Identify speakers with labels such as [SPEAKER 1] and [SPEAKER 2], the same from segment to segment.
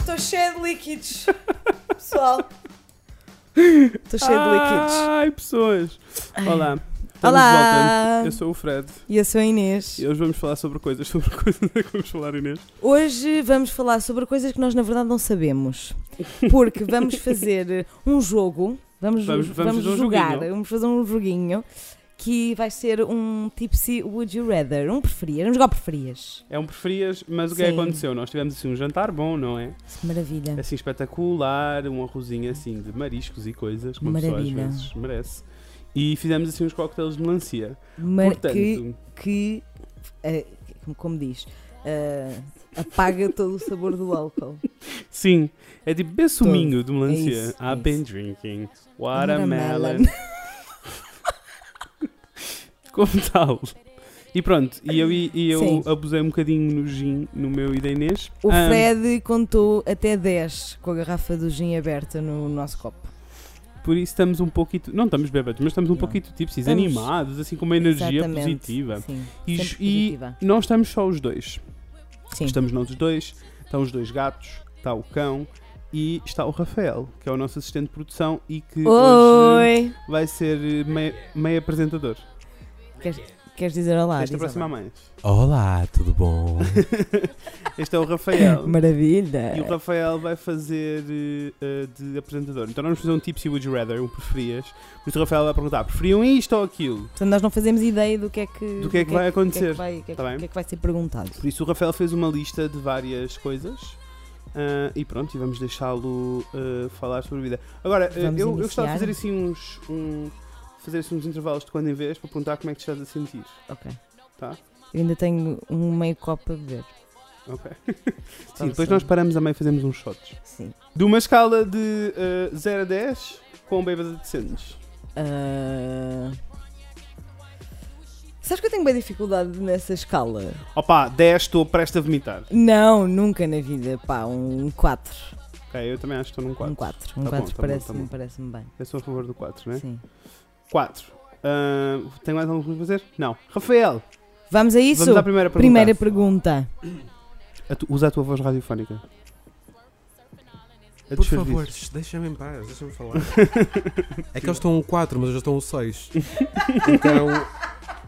[SPEAKER 1] estou cheia de líquidos. Pessoal. Estou cheia de líquidos.
[SPEAKER 2] Ai, pessoas. Olá. Estamos De
[SPEAKER 1] Olá.
[SPEAKER 2] volta. Eu sou o Fred
[SPEAKER 1] E eu sou a Inês.
[SPEAKER 2] e hoje vamos falar sobre coisas, sobre coisas onde é que vamos falar, Inês.
[SPEAKER 1] Hoje vamos falar sobre coisas que nós na verdade não sabemos. Porque vamos fazer um jogo. Vamos,
[SPEAKER 2] Vamos-
[SPEAKER 1] vamos,
[SPEAKER 2] vamos fazer um
[SPEAKER 1] jogar.
[SPEAKER 2] joguinho.
[SPEAKER 1] Vamos fazer um joguinho. Que vai ser um tipsy would you rather. Um preferias. Um jogar preferias.
[SPEAKER 2] É um preferias, mas o que é que
[SPEAKER 1] Sim.
[SPEAKER 2] aconteceu? Nós tivemos assim um jantar bom, não é?
[SPEAKER 1] Maravilha.
[SPEAKER 2] Assim espetacular, um arrozinho assim de mariscos e coisas, como a pessoa às
[SPEAKER 1] Maravilha.
[SPEAKER 2] vezes merece. E fizemos assim uns coquetéis de melancia.
[SPEAKER 1] Mar-
[SPEAKER 2] Portanto,
[SPEAKER 1] que- que, eh, como- como diz, eh, apaga todo o sabor do álcool.
[SPEAKER 2] sim, é tipo bem suminho de melancia.
[SPEAKER 1] isso, é
[SPEAKER 2] I've been drinking watermelon.
[SPEAKER 1] Watermelon.
[SPEAKER 2] como tal. E pronto, e eu, e e eu
[SPEAKER 1] Sim.
[SPEAKER 2] abusei um bocadinho no gin, no meu e da Inês.
[SPEAKER 1] O
[SPEAKER 2] Ahm,
[SPEAKER 1] Fred contou até 10 com a garrafa do gin aberta no nosso copo.
[SPEAKER 2] Por isso estamos um pouquinho, não estamos bêbados, mas estamos um
[SPEAKER 1] Não.
[SPEAKER 2] pouquinho tipsies,
[SPEAKER 1] Estamos-
[SPEAKER 2] animados, assim com uma energia
[SPEAKER 1] Exatamente.
[SPEAKER 2] positiva.
[SPEAKER 1] Sim,
[SPEAKER 2] E,
[SPEAKER 1] sempre
[SPEAKER 2] e
[SPEAKER 1] positiva.
[SPEAKER 2] nós estamos só os dois.
[SPEAKER 1] Sim.
[SPEAKER 2] Estamos nós os dois, estão os dois gatos, está o cão e está o Rafael, que é o nosso assistente de produção e que hoje
[SPEAKER 1] Oi!
[SPEAKER 2] vai ser meio, meio apresentador.
[SPEAKER 1] Queres, queres dizer olá?
[SPEAKER 2] Esta
[SPEAKER 1] Diz
[SPEAKER 2] próxima
[SPEAKER 1] olá.
[SPEAKER 2] mais.
[SPEAKER 3] Olá, tudo bom?
[SPEAKER 2] este é o Rafael.
[SPEAKER 1] Maravilha!
[SPEAKER 2] E o Rafael vai fazer eh, eh, de apresentador. Então nós vamos fazer um tipsy would you rather, um preferias. Mas o Rafael vai perguntar, preferiam isto ou aquilo?
[SPEAKER 1] Portanto, nós não fazemos ideia do que é que,
[SPEAKER 2] Do que é que vai
[SPEAKER 1] do que é
[SPEAKER 2] acontecer.
[SPEAKER 1] que vai, o que é que-
[SPEAKER 2] Tá bem?
[SPEAKER 1] o que é que vai ser perguntado.
[SPEAKER 2] Por isso o Rafael fez uma lista de várias coisas ah, e pronto, e vamos deixá-lo ah, falar sobre a vida. Agora, ah,
[SPEAKER 1] Vamos
[SPEAKER 2] eu, eu gostava de
[SPEAKER 1] iniciar?
[SPEAKER 2] fazer assim uns. um- fazer assim uns intervalos de quando em vez para perguntar como é que te estás a sentir.
[SPEAKER 1] Ok.
[SPEAKER 2] Tá.
[SPEAKER 1] Eu ainda tenho um meio copo a beber.
[SPEAKER 2] Ok. Sim,
[SPEAKER 1] Sabe,
[SPEAKER 2] depois
[SPEAKER 1] só-
[SPEAKER 2] nós paramos a meio e fazemos uns shots.
[SPEAKER 1] Sim.
[SPEAKER 2] De uma escala de ah, 0 a 10, com bêbada de decentes.
[SPEAKER 1] Ah, Sabes que eu tenho bem dificuldade nessa escala?
[SPEAKER 2] Opa, 10, estou prestes a vomitar.
[SPEAKER 1] Não, nunca na vida, pá, um 4.
[SPEAKER 2] Ok, eu também acho que estou num
[SPEAKER 1] Um
[SPEAKER 2] 4.
[SPEAKER 1] 4. Um
[SPEAKER 2] Tá bom,
[SPEAKER 1] 4
[SPEAKER 2] tá bom, tá
[SPEAKER 1] parece-me
[SPEAKER 2] bom.
[SPEAKER 1] parece bem.
[SPEAKER 2] Eu sou a favor do 4, né?
[SPEAKER 1] Sim.
[SPEAKER 2] 4. Ah, tem mais alguma coisa a fazer? Não. Rafael,
[SPEAKER 1] Vamos a isso?
[SPEAKER 2] vamos à primeira pergunta.
[SPEAKER 1] Primeira pergunta.
[SPEAKER 2] A tu- usa a tua voz radiofónica. A
[SPEAKER 3] Por
[SPEAKER 2] desfazer
[SPEAKER 3] favor,
[SPEAKER 2] isso.
[SPEAKER 3] sh- deixa-me em paz, deixa-me falar. É que eles estão um 4, mas eu já estou um 6. Então,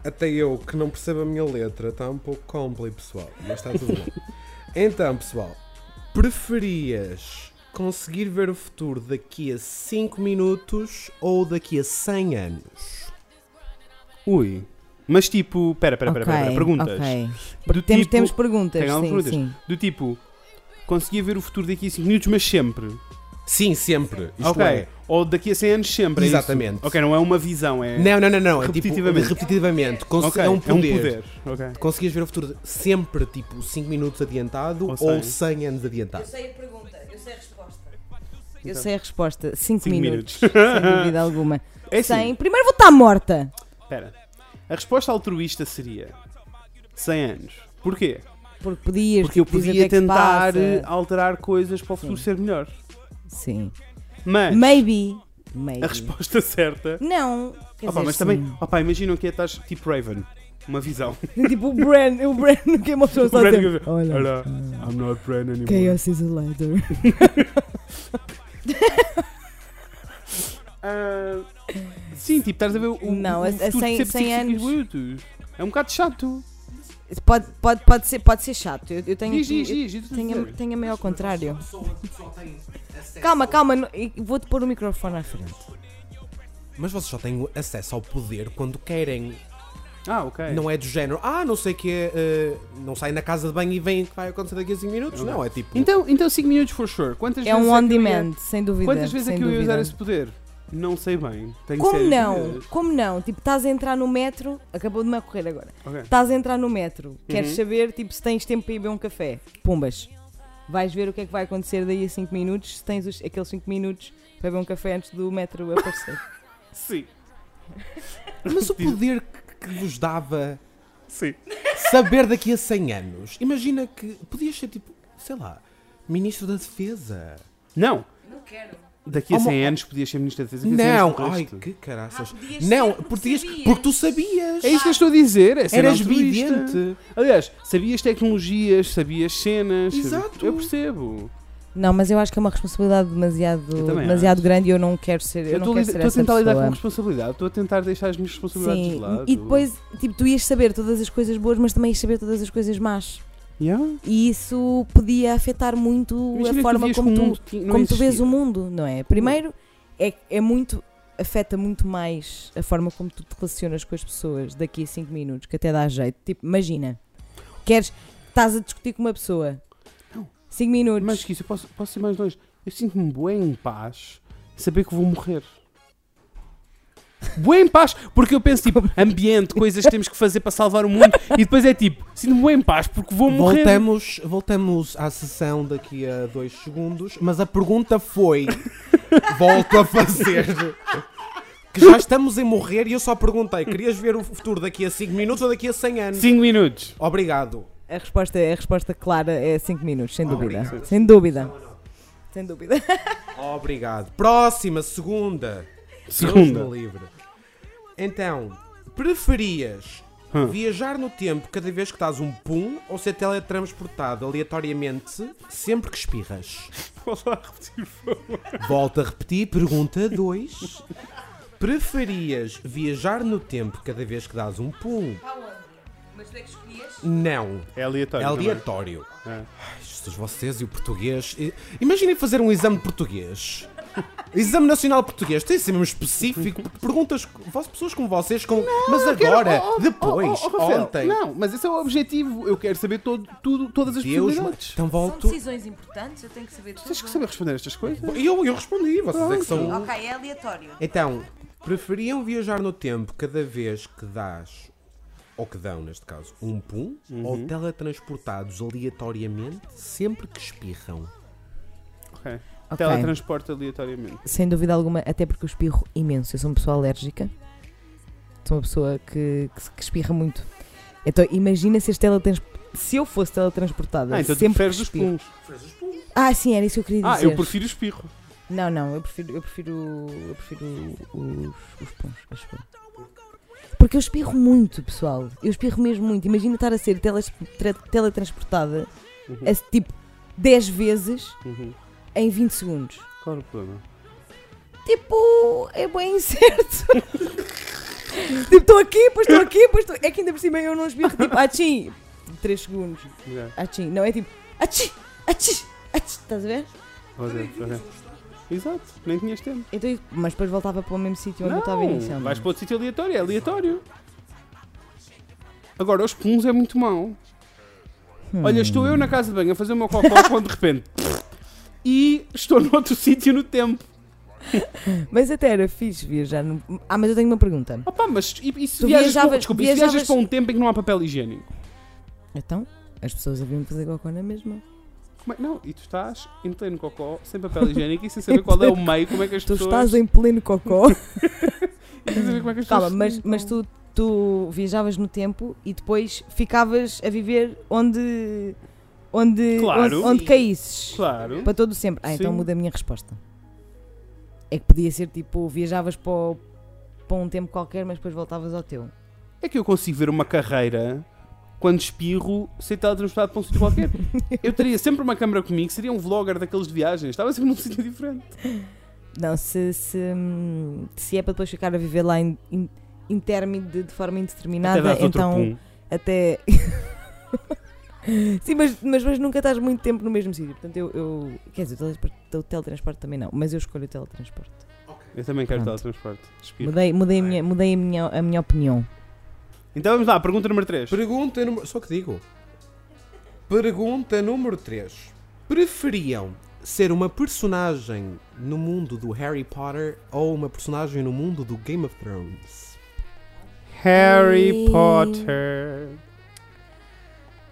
[SPEAKER 3] até eu que não percebo a minha letra, está um pouco compli, pessoal. Mas está tudo bem. Então, pessoal, preferias conseguir ver o futuro daqui a 5 minutos ou daqui a 100 anos?
[SPEAKER 2] Ui. Mas tipo, pera, pera, pera,
[SPEAKER 1] Ok,
[SPEAKER 2] pera, pera, perguntas.
[SPEAKER 1] ok.
[SPEAKER 2] Do
[SPEAKER 1] Temos,
[SPEAKER 2] tipo,
[SPEAKER 1] temos perguntas,
[SPEAKER 2] tem
[SPEAKER 1] sim,
[SPEAKER 2] algumas
[SPEAKER 1] sim.
[SPEAKER 2] do tipo, conseguia ver o futuro daqui a 5 minutos, mas sempre.
[SPEAKER 3] Sim, sempre. Isto
[SPEAKER 2] ok.
[SPEAKER 3] é.
[SPEAKER 2] Ou daqui a 100 anos sempre. é isso?
[SPEAKER 3] Exatamente.
[SPEAKER 2] Ok, não é uma visão, é.
[SPEAKER 3] Não, não, não, não. É tipo,
[SPEAKER 2] Repetitivamente.
[SPEAKER 3] repetitivamente. Conse-
[SPEAKER 2] Ok,
[SPEAKER 3] é um poder.
[SPEAKER 2] Ok.
[SPEAKER 3] Conseguias ver o futuro sempre, tipo, 5 minutos adiantado
[SPEAKER 2] Ou
[SPEAKER 3] ou 100,
[SPEAKER 2] cem.
[SPEAKER 3] anos adiantado?
[SPEAKER 1] sei a pergunta, eu sei a resposta. Eu
[SPEAKER 2] Então.
[SPEAKER 1] sei a resposta. 5
[SPEAKER 2] Cinco
[SPEAKER 1] minutos.
[SPEAKER 2] minutos.
[SPEAKER 1] Sem dúvida alguma.
[SPEAKER 2] É assim.
[SPEAKER 1] Sem- Primeiro vou estar morta.
[SPEAKER 2] Pera. A resposta altruísta seria 100 anos. Porquê?
[SPEAKER 1] Porque podias.
[SPEAKER 2] Porque eu
[SPEAKER 1] dizer o que
[SPEAKER 2] podia
[SPEAKER 1] é que se
[SPEAKER 2] tentar eh,
[SPEAKER 1] passa.
[SPEAKER 2] alterar coisas para o futuro
[SPEAKER 1] Sim.
[SPEAKER 2] ser melhor.
[SPEAKER 1] Sim.
[SPEAKER 2] Mas
[SPEAKER 1] Maybe. Maybe.
[SPEAKER 2] a resposta certa
[SPEAKER 1] Não. Quer
[SPEAKER 2] Opa,
[SPEAKER 1] dizer,
[SPEAKER 2] mas
[SPEAKER 1] sim.
[SPEAKER 2] também, opa, imagina que é estás tipo Raven, uma visão.
[SPEAKER 1] tipo o Bran, o Bran é no Game of Thrones.
[SPEAKER 2] O Bran
[SPEAKER 1] Olha,
[SPEAKER 2] no Game of-
[SPEAKER 1] olha,
[SPEAKER 2] Olha, I'm not Bran anymore.
[SPEAKER 1] Chaos is a ladder.
[SPEAKER 2] Ah, sim, tipo, estás a ver o, o-
[SPEAKER 1] Não,
[SPEAKER 2] o
[SPEAKER 1] a- a
[SPEAKER 2] futuro de
[SPEAKER 1] cem-
[SPEAKER 2] sempre
[SPEAKER 1] cem
[SPEAKER 2] cinco
[SPEAKER 1] anos.
[SPEAKER 2] minutos. É um bocado chato.
[SPEAKER 1] Pode, pode, pode, ser, pode ser chato. Eu, eu tenho,
[SPEAKER 2] Diz,
[SPEAKER 1] aqui-
[SPEAKER 2] diz, diz. diz,
[SPEAKER 1] eu tenho,
[SPEAKER 2] diz.
[SPEAKER 1] tenho a meio ao contrário. Calma, calma. não- e Vou-te pôr o microfone à frente.
[SPEAKER 3] Mas vocês só têm acesso ao poder quando querem.
[SPEAKER 2] Ah, ok.
[SPEAKER 3] Não é do género, ah, não sei o que é. não saem da casa de banho e veem que vai acontecer daqui a 5 minutos. Não, é tipo.
[SPEAKER 2] Então 5 então cinco minutos for sure. Quantas
[SPEAKER 1] É
[SPEAKER 2] vezes
[SPEAKER 1] um
[SPEAKER 2] que
[SPEAKER 1] on
[SPEAKER 2] eu ia-
[SPEAKER 1] demand, sem dúvida.
[SPEAKER 2] Quantas vezes
[SPEAKER 1] sem
[SPEAKER 2] é que eu ia
[SPEAKER 1] dúvida.
[SPEAKER 2] usar esse poder? Não sei bem. Tenho
[SPEAKER 1] Como
[SPEAKER 2] sérias
[SPEAKER 1] não?
[SPEAKER 2] dúvidas.
[SPEAKER 1] Como não? Tipo, estás a entrar no metro, acabou de me ocorrer agora.
[SPEAKER 2] Ok.
[SPEAKER 1] Estás a entrar no metro, queres
[SPEAKER 2] Uhum.
[SPEAKER 1] saber tipo, se tens tempo para ir beber um café. Pumbas. Vais ver o que é que vai acontecer daí a 5 minutos, se tens os- aqueles 5 minutos para beber um café antes do metro aparecer.
[SPEAKER 2] Sim,
[SPEAKER 3] Mas o poder que- que vos dava
[SPEAKER 2] sim.
[SPEAKER 3] saber daqui a 100 anos. Imagina que podias ser tipo, sei lá, ministro da defesa.
[SPEAKER 2] Não. Não quero. Daqui a
[SPEAKER 3] Oh,
[SPEAKER 2] 100
[SPEAKER 3] mo-
[SPEAKER 2] anos podias ser ministro da defesa. daqui a 100
[SPEAKER 3] Não,
[SPEAKER 2] anos do
[SPEAKER 3] ai
[SPEAKER 2] resto.
[SPEAKER 3] que caraças.
[SPEAKER 1] podias ser
[SPEAKER 3] Não,
[SPEAKER 1] porque
[SPEAKER 3] podias.
[SPEAKER 1] sabias.
[SPEAKER 3] Porque tu sabias.
[SPEAKER 2] É isso que eu estou a dizer. É ser
[SPEAKER 3] Eras
[SPEAKER 2] altruísta.
[SPEAKER 3] vidente.
[SPEAKER 2] Aliás, sabias tecnologias, sabias cenas.
[SPEAKER 3] Exato.
[SPEAKER 2] Eu percebo.
[SPEAKER 1] Não, mas eu acho que é uma responsabilidade demasiado,
[SPEAKER 2] Eu também
[SPEAKER 1] demasiado
[SPEAKER 2] acho.
[SPEAKER 1] grande e eu não quero ser. Eu,
[SPEAKER 2] Eu
[SPEAKER 1] não
[SPEAKER 2] estou a
[SPEAKER 1] quero
[SPEAKER 2] lida-
[SPEAKER 1] ser
[SPEAKER 2] estou a
[SPEAKER 1] essa
[SPEAKER 2] tentar
[SPEAKER 1] pessoa.
[SPEAKER 2] lidar com responsabilidade, estou a tentar deixar as minhas responsabilidades de
[SPEAKER 1] Sim,
[SPEAKER 2] lado.
[SPEAKER 1] e depois, tipo, tu ias saber todas as coisas boas, mas também ias saber todas as coisas más.
[SPEAKER 2] Yeah?
[SPEAKER 1] E isso podia afetar muito
[SPEAKER 2] Imagina que
[SPEAKER 1] a forma
[SPEAKER 2] dizias que
[SPEAKER 1] como,
[SPEAKER 2] o
[SPEAKER 1] tu,
[SPEAKER 2] mundo ti- não
[SPEAKER 1] como tu vês
[SPEAKER 2] existia.
[SPEAKER 1] o mundo, não é? Primeiro, é, é muito. afeta muito mais a forma como tu te relacionas com as pessoas daqui a 5 minutos, que até dá jeito. Tipo, imagina, queres. estás a discutir com uma pessoa.
[SPEAKER 2] Não.
[SPEAKER 1] 5 minutos.
[SPEAKER 2] Mais que isso, eu posso, posso ir mais longe. Eu sinto-me bem em paz saber que vou morrer. Bué em paz, porque eu penso tipo ambiente, coisas que temos que fazer para salvar o mundo, e depois é tipo, sinto-me bué em paz porque vou morrer.
[SPEAKER 3] Voltamos, voltamos à sessão daqui a dois segundos, mas a pergunta foi: volto a fazer. Que já estamos em morrer e eu só perguntei: querias ver o futuro daqui a 5 minutos ou daqui a 100 anos?
[SPEAKER 2] 5 minutos.
[SPEAKER 3] Obrigado.
[SPEAKER 1] A resposta, a resposta clara é 5 minutos, sem dúvida.
[SPEAKER 3] Obrigado.
[SPEAKER 1] Sem dúvida. Sem dúvida.
[SPEAKER 3] Obrigado. Próxima, segunda.
[SPEAKER 2] Segunda.
[SPEAKER 3] Deus me livre. Então, preferias
[SPEAKER 2] Hum.
[SPEAKER 3] viajar no tempo cada vez que estás um pum ou ser teletransportado aleatoriamente sempre que espirras?
[SPEAKER 2] Vou lá repetir, por favor.
[SPEAKER 3] Volto a repetir, pergunta 2. Preferias viajar no tempo cada vez que dás um pum?
[SPEAKER 1] Mas tu é que escolhias?
[SPEAKER 3] Não.
[SPEAKER 2] É aleatório.
[SPEAKER 3] É aleatório.
[SPEAKER 2] É.
[SPEAKER 3] Ai, Jesus, vocês e o português. I- Imaginem fazer um exame de português. Exame Nacional de Português, tem de ser mesmo específico, porque perguntas vo- pessoas como vocês, como. mas
[SPEAKER 2] oh,
[SPEAKER 3] agora, depois, ontem.
[SPEAKER 2] Não, mas esse é o objetivo. Eu quero saber todo, tudo, todas as
[SPEAKER 3] Deus, tá- me-
[SPEAKER 2] possibilidades.
[SPEAKER 3] então volto.
[SPEAKER 4] decisões importantes, eu tenho que saber
[SPEAKER 2] Tens que saber responder estas coisas.
[SPEAKER 3] Eu, eu respondi, vocês é que são.
[SPEAKER 4] Ok, é aleatório.
[SPEAKER 3] Então, preferiam viajar no tempo cada vez que dás, ou que dão neste caso, um pum, ou teletransportados aleatoriamente sempre que espirram?
[SPEAKER 2] Ok.
[SPEAKER 1] Ok.
[SPEAKER 2] Teletransporte aleatoriamente.
[SPEAKER 1] Sem dúvida alguma, até porque eu espirro imenso. Eu sou uma pessoa alérgica. Sou uma pessoa que, que, se- que espirra muito. Então imagina se, as teletrans... se eu fosse teletransportada.
[SPEAKER 2] Ah, então tu
[SPEAKER 1] sempre que
[SPEAKER 2] preferes os
[SPEAKER 1] espirro.
[SPEAKER 2] puns.
[SPEAKER 1] Ah, sim, era isso que eu queria
[SPEAKER 2] Ah,
[SPEAKER 1] dizer.
[SPEAKER 2] eu prefiro o espirro.
[SPEAKER 1] Não, não, eu prefiro, eu prefiro, eu prefiro os, os pons, acho eu. Porque eu espirro muito, pessoal. Eu espirro mesmo muito. Imagina estar a ser teles- tra- teletransportada a, tipo 10 vezes
[SPEAKER 2] Uhum.
[SPEAKER 1] em 20 segundos.
[SPEAKER 2] Qual era o problema?
[SPEAKER 1] Tipo, é bem incerto. tipo, estou aqui, depois estou aqui, depois estou. É que ainda por cima eu não espirro tipo, achim, 3 segundos,
[SPEAKER 2] Yeah.
[SPEAKER 1] achim. Não é tipo, ah, achim, achim, achim. Estás a ver?
[SPEAKER 2] Ok, ok. Exato, nem tinhas tempo.
[SPEAKER 1] Então, eu- mas depois voltava para o mesmo sítio onde eu
[SPEAKER 2] Não,
[SPEAKER 1] estava inicialmente.
[SPEAKER 2] vais para outro sítio aleatório, é aleatório. Agora, os puns é muito mau.
[SPEAKER 1] Hum.
[SPEAKER 2] Olha, estou eu na casa de banho a fazer o meu cocó quando de repente... E estou noutro sítio no tempo.
[SPEAKER 1] Mas até era fixe viajar. No... Ah, mas eu tenho uma pergunta.
[SPEAKER 2] Opa, mas e, e se
[SPEAKER 1] Tu
[SPEAKER 2] viajas,
[SPEAKER 1] viajavas-
[SPEAKER 2] para, desculpa, e se
[SPEAKER 1] viajavas-
[SPEAKER 2] viajas para um tempo em que não há papel higiênico?
[SPEAKER 1] Então, as pessoas haviam de fazer cocô na mesma.
[SPEAKER 2] Como é- Não, e tu estás em pleno cocó, sem papel higiênico e sem saber qual é o meio, como é que as
[SPEAKER 1] Tu
[SPEAKER 2] pessoas...
[SPEAKER 1] estás em pleno cocô.
[SPEAKER 2] sem saber como é que as
[SPEAKER 1] Calma,
[SPEAKER 2] pessoas-
[SPEAKER 1] mas, mas tu, tu viajavas no tempo e depois ficavas a viver onde. onde.
[SPEAKER 2] Claro.
[SPEAKER 1] onde, onde caísses.
[SPEAKER 2] Claro.
[SPEAKER 1] Para todo o sempre. Ah, então
[SPEAKER 2] Sim.
[SPEAKER 1] muda a minha resposta. É que podia ser tipo, viajavas para, o- para um tempo qualquer, mas depois voltavas ao teu.
[SPEAKER 2] É que eu consigo ver uma carreira quando espirro ser teletransportado para um sítio qualquer. eu teria sempre uma câmera comigo, seria um vlogger daqueles de viagens, estava sempre num sítio diferente.
[SPEAKER 1] Não, se, se, se é para depois ficar a viver lá em, em, em termo de, de forma indeterminada, então. até. Sim, mas, mas, mas nunca estás muito tempo no mesmo sítio. Portanto, eu. eu quer dizer, o teletransporte, o teletransporte também não, mas eu escolho o teletransporte.
[SPEAKER 2] Eu também quero
[SPEAKER 1] Pronto.
[SPEAKER 2] teletransporte. Espirro.
[SPEAKER 1] Mudei, mudei, a, minha, mudei a, minha, a minha opinião.
[SPEAKER 2] Então vamos lá, pergunta número 3.
[SPEAKER 3] Pergunta número. Só que digo. Pergunta número 3. Preferiam ser uma personagem no mundo do Harry Potter ou uma personagem no mundo do Game of Thrones?
[SPEAKER 2] Harry
[SPEAKER 1] Ei.
[SPEAKER 2] Potter.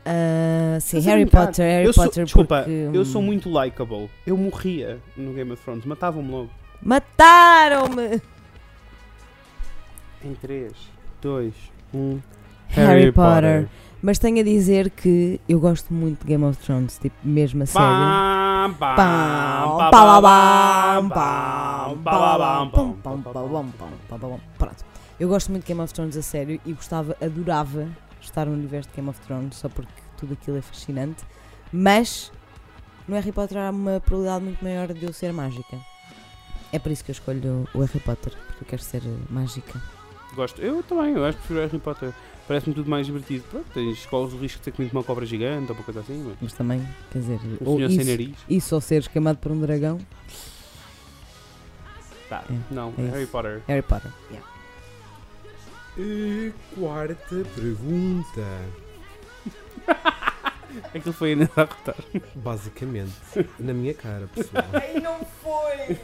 [SPEAKER 1] Ah, sim,
[SPEAKER 2] Mas é
[SPEAKER 1] Harry
[SPEAKER 2] brincar.
[SPEAKER 1] Potter, Harry
[SPEAKER 2] eu sou,
[SPEAKER 1] Potter.
[SPEAKER 2] desculpa,
[SPEAKER 1] porque,
[SPEAKER 2] eu sou um
[SPEAKER 1] hum,
[SPEAKER 2] muito likable. Eu morria no Game of Thrones, matavam-me logo.
[SPEAKER 1] Mataram-me!
[SPEAKER 2] Em um. 3, 2, 1.
[SPEAKER 1] Harry Potter. Mas tenho a dizer que eu gosto muito de Game of Thrones, tipo, mesmo a sério.
[SPEAKER 2] Pam, pam,
[SPEAKER 1] Pam,
[SPEAKER 2] pam,
[SPEAKER 1] palabam,
[SPEAKER 2] pam,
[SPEAKER 1] pam,
[SPEAKER 2] pam,
[SPEAKER 1] palabam, pam,
[SPEAKER 2] palabam, pam,
[SPEAKER 1] pam,
[SPEAKER 2] pam,
[SPEAKER 1] palabam,
[SPEAKER 2] pam,
[SPEAKER 1] pam, pam, pam. Pronto. Eu gosto muito de Game of Thrones a sério e gostava, adorava estar no universo de Game of Thrones só porque tudo aquilo é fascinante. Mas no Harry Potter há uma probabilidade muito maior de eu ser mágica. É por isso que eu escolho o Harry Potter, porque eu quero ser eh, mágica.
[SPEAKER 2] Gosto. Eu também, eu acho que prefiro Harry Potter. Parece-me tudo mais divertido. Pronto, tens corres o risco de ter comido uma cobra gigante ou uma coisa assim, mas.
[SPEAKER 1] Mas também, quer dizer,
[SPEAKER 2] Um
[SPEAKER 1] ou
[SPEAKER 2] senhor sem
[SPEAKER 1] isso,
[SPEAKER 2] nariz.
[SPEAKER 1] isso ou seres queimado por um dragão,
[SPEAKER 2] Tá,
[SPEAKER 1] É,
[SPEAKER 2] não,
[SPEAKER 1] é
[SPEAKER 2] Harry
[SPEAKER 1] isso.
[SPEAKER 2] Potter.
[SPEAKER 1] Harry Potter.
[SPEAKER 5] E quarta pergunta.
[SPEAKER 2] Aquilo foi ainda a rotar.
[SPEAKER 5] Basicamente, na minha cara, pessoal.
[SPEAKER 4] Ai, não foi!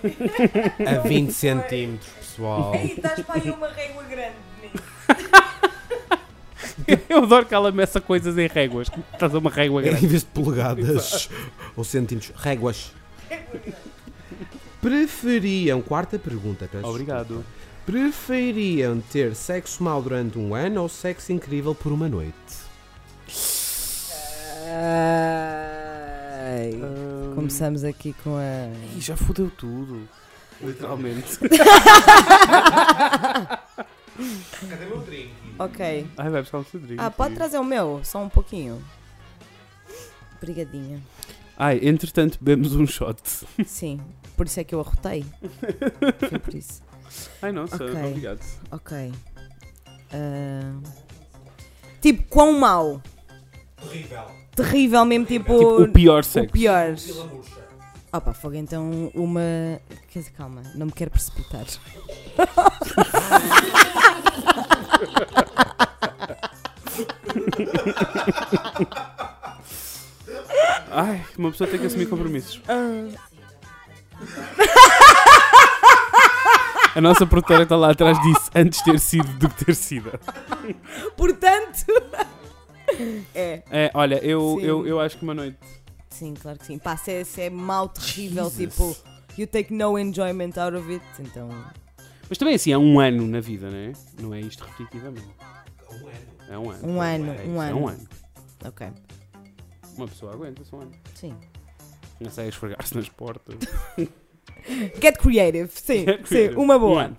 [SPEAKER 3] A 20 centímetros, pessoal.
[SPEAKER 4] Aí estás para aí uma régua grande nisso.
[SPEAKER 2] Eu adoro que ela meça coisas em réguas. Estás a uma régua grande.
[SPEAKER 3] Em vez de polegadas ou centímetros, réguas.
[SPEAKER 5] Preferiam, quarta pergunta, peço
[SPEAKER 2] Obrigado.
[SPEAKER 5] desculpa. Preferiam ter sexo mau durante um ano ou sexo incrível por uma noite?
[SPEAKER 1] Ai. Começamos aqui com a.
[SPEAKER 2] Ih, já fodeu tudo. Literalmente.
[SPEAKER 1] Ok.
[SPEAKER 2] Ai, vai buscar um cedrinho.
[SPEAKER 1] Ah, pode trazer o meu? Só um pouquinho. Obrigadinha.
[SPEAKER 2] Ai, entretanto, bebemos um shot.
[SPEAKER 1] Sim, por isso é que eu arrotei. Foi por isso.
[SPEAKER 2] Ai, nossa,
[SPEAKER 1] Ok.
[SPEAKER 2] obrigado.
[SPEAKER 1] Ok. Ah, Tipo, quão mau? Terrível. Terrível mesmo, tipo.
[SPEAKER 2] Tipo, o pior
[SPEAKER 1] O
[SPEAKER 2] sexo.
[SPEAKER 1] pior. Opa, fogo, então uma. Quer dizer, calma, não me quero precipitar.
[SPEAKER 2] Ai, uma pessoa tem que assumir compromissos. A nossa produtora está lá atrás disso, antes de ter sido do que ter sido.
[SPEAKER 1] Portanto. é.
[SPEAKER 2] É, olha, eu,
[SPEAKER 1] Sim.
[SPEAKER 2] eu, eu acho que uma noite.
[SPEAKER 1] Sim, claro que sim. Pá, se é, se é mau, terrível, tipo. You take no enjoyment out of it, então.
[SPEAKER 2] Mas também assim, é um ano na vida, não é? Não é isto repetitivamente. É um ano.
[SPEAKER 1] Um ano, um
[SPEAKER 2] É
[SPEAKER 1] ano.
[SPEAKER 2] um ano.
[SPEAKER 1] Ok.
[SPEAKER 2] Uma pessoa aguenta-se um ano.
[SPEAKER 1] Sim.
[SPEAKER 2] Não sai a esfregar-se nas portas.
[SPEAKER 1] Get creative, sim.
[SPEAKER 2] Get
[SPEAKER 1] sim,
[SPEAKER 2] creative.
[SPEAKER 1] uma
[SPEAKER 2] Um
[SPEAKER 1] boa.
[SPEAKER 2] ano.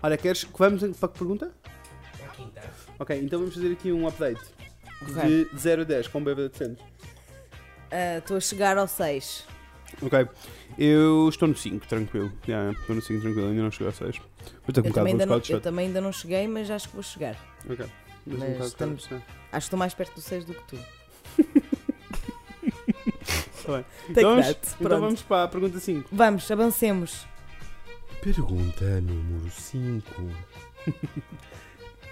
[SPEAKER 2] Olha, queres que vamos para que pergunta?
[SPEAKER 1] É
[SPEAKER 2] Ok, então vamos fazer aqui um update.
[SPEAKER 1] Ok.
[SPEAKER 2] De 0 a 10, com bêbada de centro.
[SPEAKER 1] Ah, Estou a chegar ao 6.
[SPEAKER 2] Ok. Eu estou no 5, tranquilo. Já, estou no 5, tranquilo. Ainda não cheguei ao 6. Vou ter
[SPEAKER 1] Eu
[SPEAKER 2] um bocado,
[SPEAKER 1] também,
[SPEAKER 2] vou
[SPEAKER 1] ainda não,
[SPEAKER 2] ficar de
[SPEAKER 1] eu
[SPEAKER 2] chato.
[SPEAKER 1] também ainda não cheguei, mas acho que vou chegar.
[SPEAKER 2] Ok. Mas
[SPEAKER 1] Mas
[SPEAKER 2] um bocado de
[SPEAKER 1] estamos-
[SPEAKER 2] chato.
[SPEAKER 1] Acho que estou mais perto do 6 do que tu.
[SPEAKER 2] Tá bem.
[SPEAKER 1] Take
[SPEAKER 2] Então vamos-
[SPEAKER 1] that. Pronto.
[SPEAKER 2] Então
[SPEAKER 1] vamos...
[SPEAKER 2] vamos para a pergunta 5.
[SPEAKER 1] avancemos.
[SPEAKER 5] Pergunta número 5.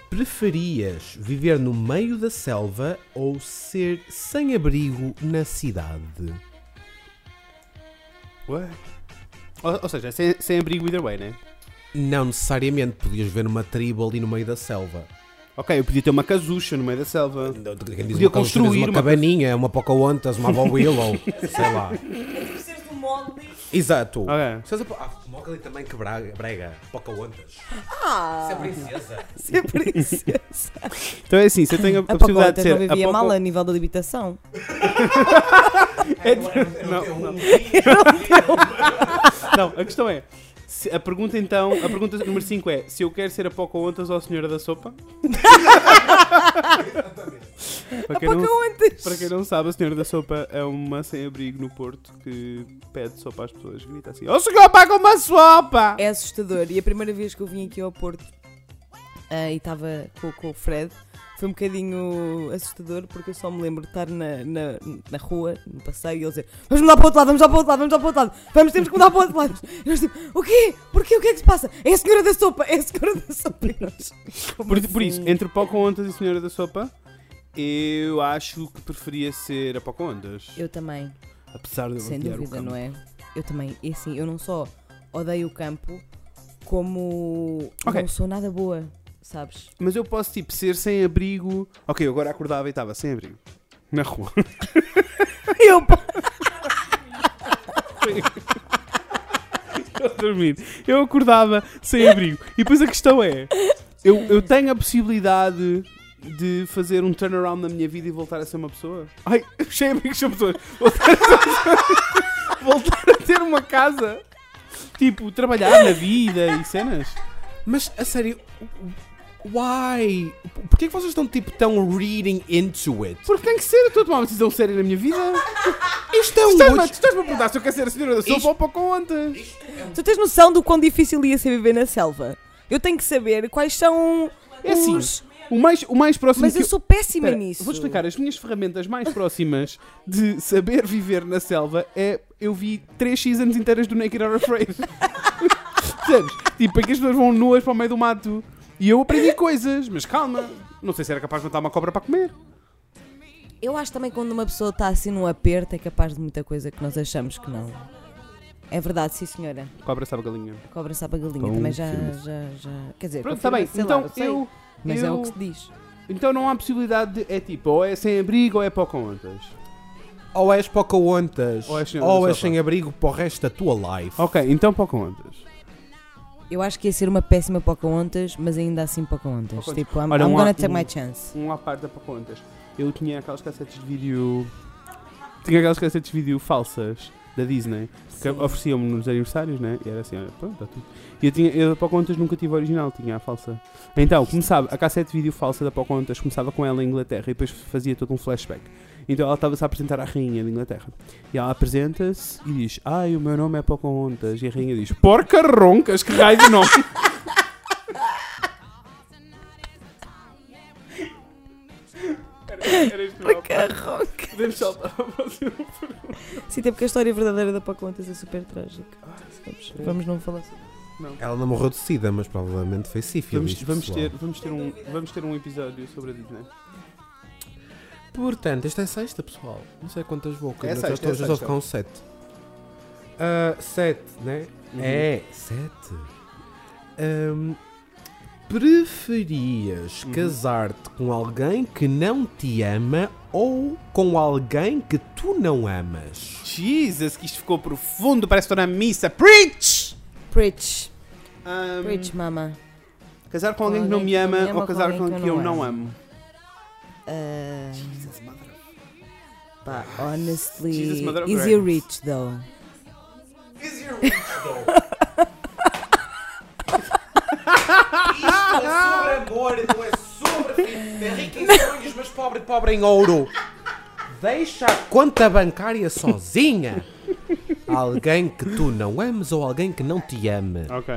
[SPEAKER 5] Preferias viver no meio da selva ou ser sem abrigo na cidade?
[SPEAKER 2] Ou, ou seja, sem, sem abrigo either way, né?
[SPEAKER 5] Não necessariamente, podias viver numa tribo ali no meio da selva.
[SPEAKER 2] Ok, eu podia ter uma casucha no meio da selva.
[SPEAKER 5] Quem diz
[SPEAKER 2] Podia
[SPEAKER 5] uma construir
[SPEAKER 2] construir
[SPEAKER 5] uma,
[SPEAKER 2] uma-
[SPEAKER 5] cabaninha, uma Pocahontas, uma Bob Willow, sei lá.
[SPEAKER 4] É tipo seres do molde.
[SPEAKER 5] Exato.
[SPEAKER 3] é.
[SPEAKER 2] Ok.
[SPEAKER 5] Estás a po- Ah, Mowgli também que brega, brega. Pocahontas.
[SPEAKER 1] Ah!
[SPEAKER 5] Isso é princesa.
[SPEAKER 1] Sempre isso.
[SPEAKER 2] Então é assim, se eu tenho a,
[SPEAKER 1] A Pocahontas
[SPEAKER 2] possibilidade de ser.
[SPEAKER 1] não vivia
[SPEAKER 2] Poca-
[SPEAKER 1] mal a nível da habitação.
[SPEAKER 2] É de- não, não. Não, a questão é. se- a pergunta então, a pergunta número 5 é se eu quero ser a Pocahontas ou a Senhora da Sopa? para, quem não,
[SPEAKER 1] Pocahontas!
[SPEAKER 2] para quem não sabe, a Senhora da Sopa é uma sem-abrigo no Porto que pede sopa às pessoas, grita assim: Ó senhor, paga uma sopa!
[SPEAKER 1] É assustador. E a primeira vez que eu vim aqui ao Porto ah, e estava com, com o Fred foi um bocadinho assustador porque eu só me lembro de estar na, na, na rua, no passeio, e ele dizer vamos mudar para o outro lado, vamos mudar para o outro lado, vamos mudar para o outro lado, vamos, temos que mudar para o outro lado. E nós tipo, o quê? Porquê? O que é que se passa? É a senhora da sopa, é a senhora da sopa. E nós, "Como
[SPEAKER 2] Por, por isso,
[SPEAKER 1] assim?"
[SPEAKER 2] entre Pocahontas e Senhora da Sopa, eu acho que preferia ser a Pocahontas.
[SPEAKER 1] Eu também,
[SPEAKER 2] Apesar de eu
[SPEAKER 1] sem
[SPEAKER 2] odiar o
[SPEAKER 1] dúvida,
[SPEAKER 2] campo.
[SPEAKER 1] não é? Eu também, e assim, eu não só odeio o campo, como
[SPEAKER 2] Ok.
[SPEAKER 1] não sou nada boa, sabes?
[SPEAKER 2] Mas eu posso, tipo, ser sem abrigo. Ok, eu agora acordava e estava sem abrigo. Na rua.
[SPEAKER 1] Eu, pá,
[SPEAKER 2] eu a dormir. Eu acordava sem abrigo. E depois a questão é: eu, eu tenho a possibilidade de fazer um turnaround na minha vida e voltar a ser uma pessoa? Ai, sem abrigo são pessoas. Voltar a, ser- voltar a ter uma casa. Tipo, trabalhar na vida e cenas.
[SPEAKER 5] Mas, a sério,
[SPEAKER 3] Why? Porquê que vocês estão tipo tão reading into it?
[SPEAKER 2] Porque tem que ser, eu estou a tomar uma decisão séria na minha vida.
[SPEAKER 3] Isto é
[SPEAKER 2] Tu estás-me
[SPEAKER 3] um
[SPEAKER 2] a- tu
[SPEAKER 3] outro-
[SPEAKER 2] estás-me a perguntar se eu quero ser a senhora da sopa
[SPEAKER 3] Isto-
[SPEAKER 2] ou para contas.
[SPEAKER 1] Tu tens noção do quão difícil ia ser viver na selva? Eu tenho que saber quais são
[SPEAKER 2] É assim,
[SPEAKER 1] os...
[SPEAKER 2] O mais, o mais próximo
[SPEAKER 1] Mas
[SPEAKER 2] que
[SPEAKER 1] eu sou péssima
[SPEAKER 2] Espera,
[SPEAKER 1] nisso.
[SPEAKER 2] Vou-te explicar, as minhas ferramentas mais próximas de saber viver na selva é eu vi 3 seasons inteiras do Naked or Afraid. Percebes? Tipo, em que as pessoas vão nuas para o meio do mato. E eu aprendi coisas, mas calma, não sei se era capaz de matar uma cobra para comer.
[SPEAKER 1] Eu acho também que quando uma pessoa está assim num aperto é capaz de muita coisa que nós achamos que não. É verdade, sim senhora.
[SPEAKER 2] Cobra sabe galinha.
[SPEAKER 1] A cobra sabe a galinha,
[SPEAKER 2] Então,
[SPEAKER 1] também já,
[SPEAKER 2] sim.
[SPEAKER 1] já, já. Quer dizer,
[SPEAKER 2] Pronto, está bem.
[SPEAKER 1] confirma, sei
[SPEAKER 2] Então
[SPEAKER 1] lá, sei,
[SPEAKER 2] eu.
[SPEAKER 1] Mas é
[SPEAKER 2] eu-
[SPEAKER 1] o que se diz.
[SPEAKER 2] Então não há possibilidade de. É tipo, ou é sem abrigo ou é para contas.
[SPEAKER 3] Ou és Pocahontas,
[SPEAKER 2] Ou és senhora
[SPEAKER 3] ou
[SPEAKER 2] do
[SPEAKER 3] és
[SPEAKER 2] sofá.
[SPEAKER 3] sem abrigo para o resto da tua life.
[SPEAKER 2] Ok, então para contas.
[SPEAKER 1] Eu acho que ia ser uma péssima Pocahontas, mas ainda assim Pocahontas.
[SPEAKER 2] Pocahontas.
[SPEAKER 1] Tipo, I'm,
[SPEAKER 2] Olha,
[SPEAKER 1] I'm
[SPEAKER 2] um
[SPEAKER 1] gonna
[SPEAKER 2] ato-
[SPEAKER 1] take my chance.
[SPEAKER 2] um à parte da para contas. Eu tinha aquelas cassetes de vídeo. Tinha aquelas cassetes de vídeo falsas da Disney que ofereciam-me nos aniversários, né? E era assim, olha, pronto, está tudo. E eu, tinha, eu da Pocahontas nunca tive a original, tinha a falsa. Então, começava, a cassete de vídeo falsa da Pocahontas começava com ela em Inglaterra e depois fazia todo um flashback. Então ela estava-se a apresentar à rainha de Inglaterra. E ela apresenta-se e diz: Ai, o meu nome é Pocahontas. E a rainha diz: Porca roncas, que raio de nome! Era isto, meu.
[SPEAKER 1] Carroca.
[SPEAKER 2] Podemos saltar.
[SPEAKER 1] Sim, até porque a história verdadeira da Pocahontas é super trágica.
[SPEAKER 2] Ah,
[SPEAKER 1] Vamos, vamos não falar sobre
[SPEAKER 3] Ela não morreu de sida, mas provavelmente foi sífilis.
[SPEAKER 2] Vamos, vamos,
[SPEAKER 3] pessoal.
[SPEAKER 2] ter, vamos, ter um, vamos ter um episódio sobre a Disney.
[SPEAKER 3] Portanto, esta é sexta, pessoal. Não sei quantas vou.
[SPEAKER 2] É
[SPEAKER 3] mas
[SPEAKER 2] sexta,
[SPEAKER 3] já estou,
[SPEAKER 2] é
[SPEAKER 3] já
[SPEAKER 2] sexta.
[SPEAKER 3] estou a ficar um sete. Ah, sete, né?
[SPEAKER 2] Uhum.
[SPEAKER 3] É, sete. Ahm, preferias
[SPEAKER 2] Uhum.
[SPEAKER 3] casar-te com alguém que não te ama ou com alguém que tu não amas?
[SPEAKER 2] Jesus, que isto ficou profundo, parece que estou na missa. Preach!
[SPEAKER 1] isso. Preach.
[SPEAKER 2] Ahm,
[SPEAKER 1] Preach, mama.
[SPEAKER 2] casar com alguém que não me ama ou casar com alguém que eu não
[SPEAKER 1] ama.
[SPEAKER 2] amo?
[SPEAKER 1] Ah, pá, honestly.
[SPEAKER 2] Jesus, mother of
[SPEAKER 1] easy
[SPEAKER 2] grace.
[SPEAKER 1] rich, though.
[SPEAKER 3] Isto é sobre amor, não é sobre é rico em sonhos, mas pobre, pobre em ouro. Deixa a conta bancária sozinha. Alguém que tu não ames ou alguém que não te ame.
[SPEAKER 2] Ok.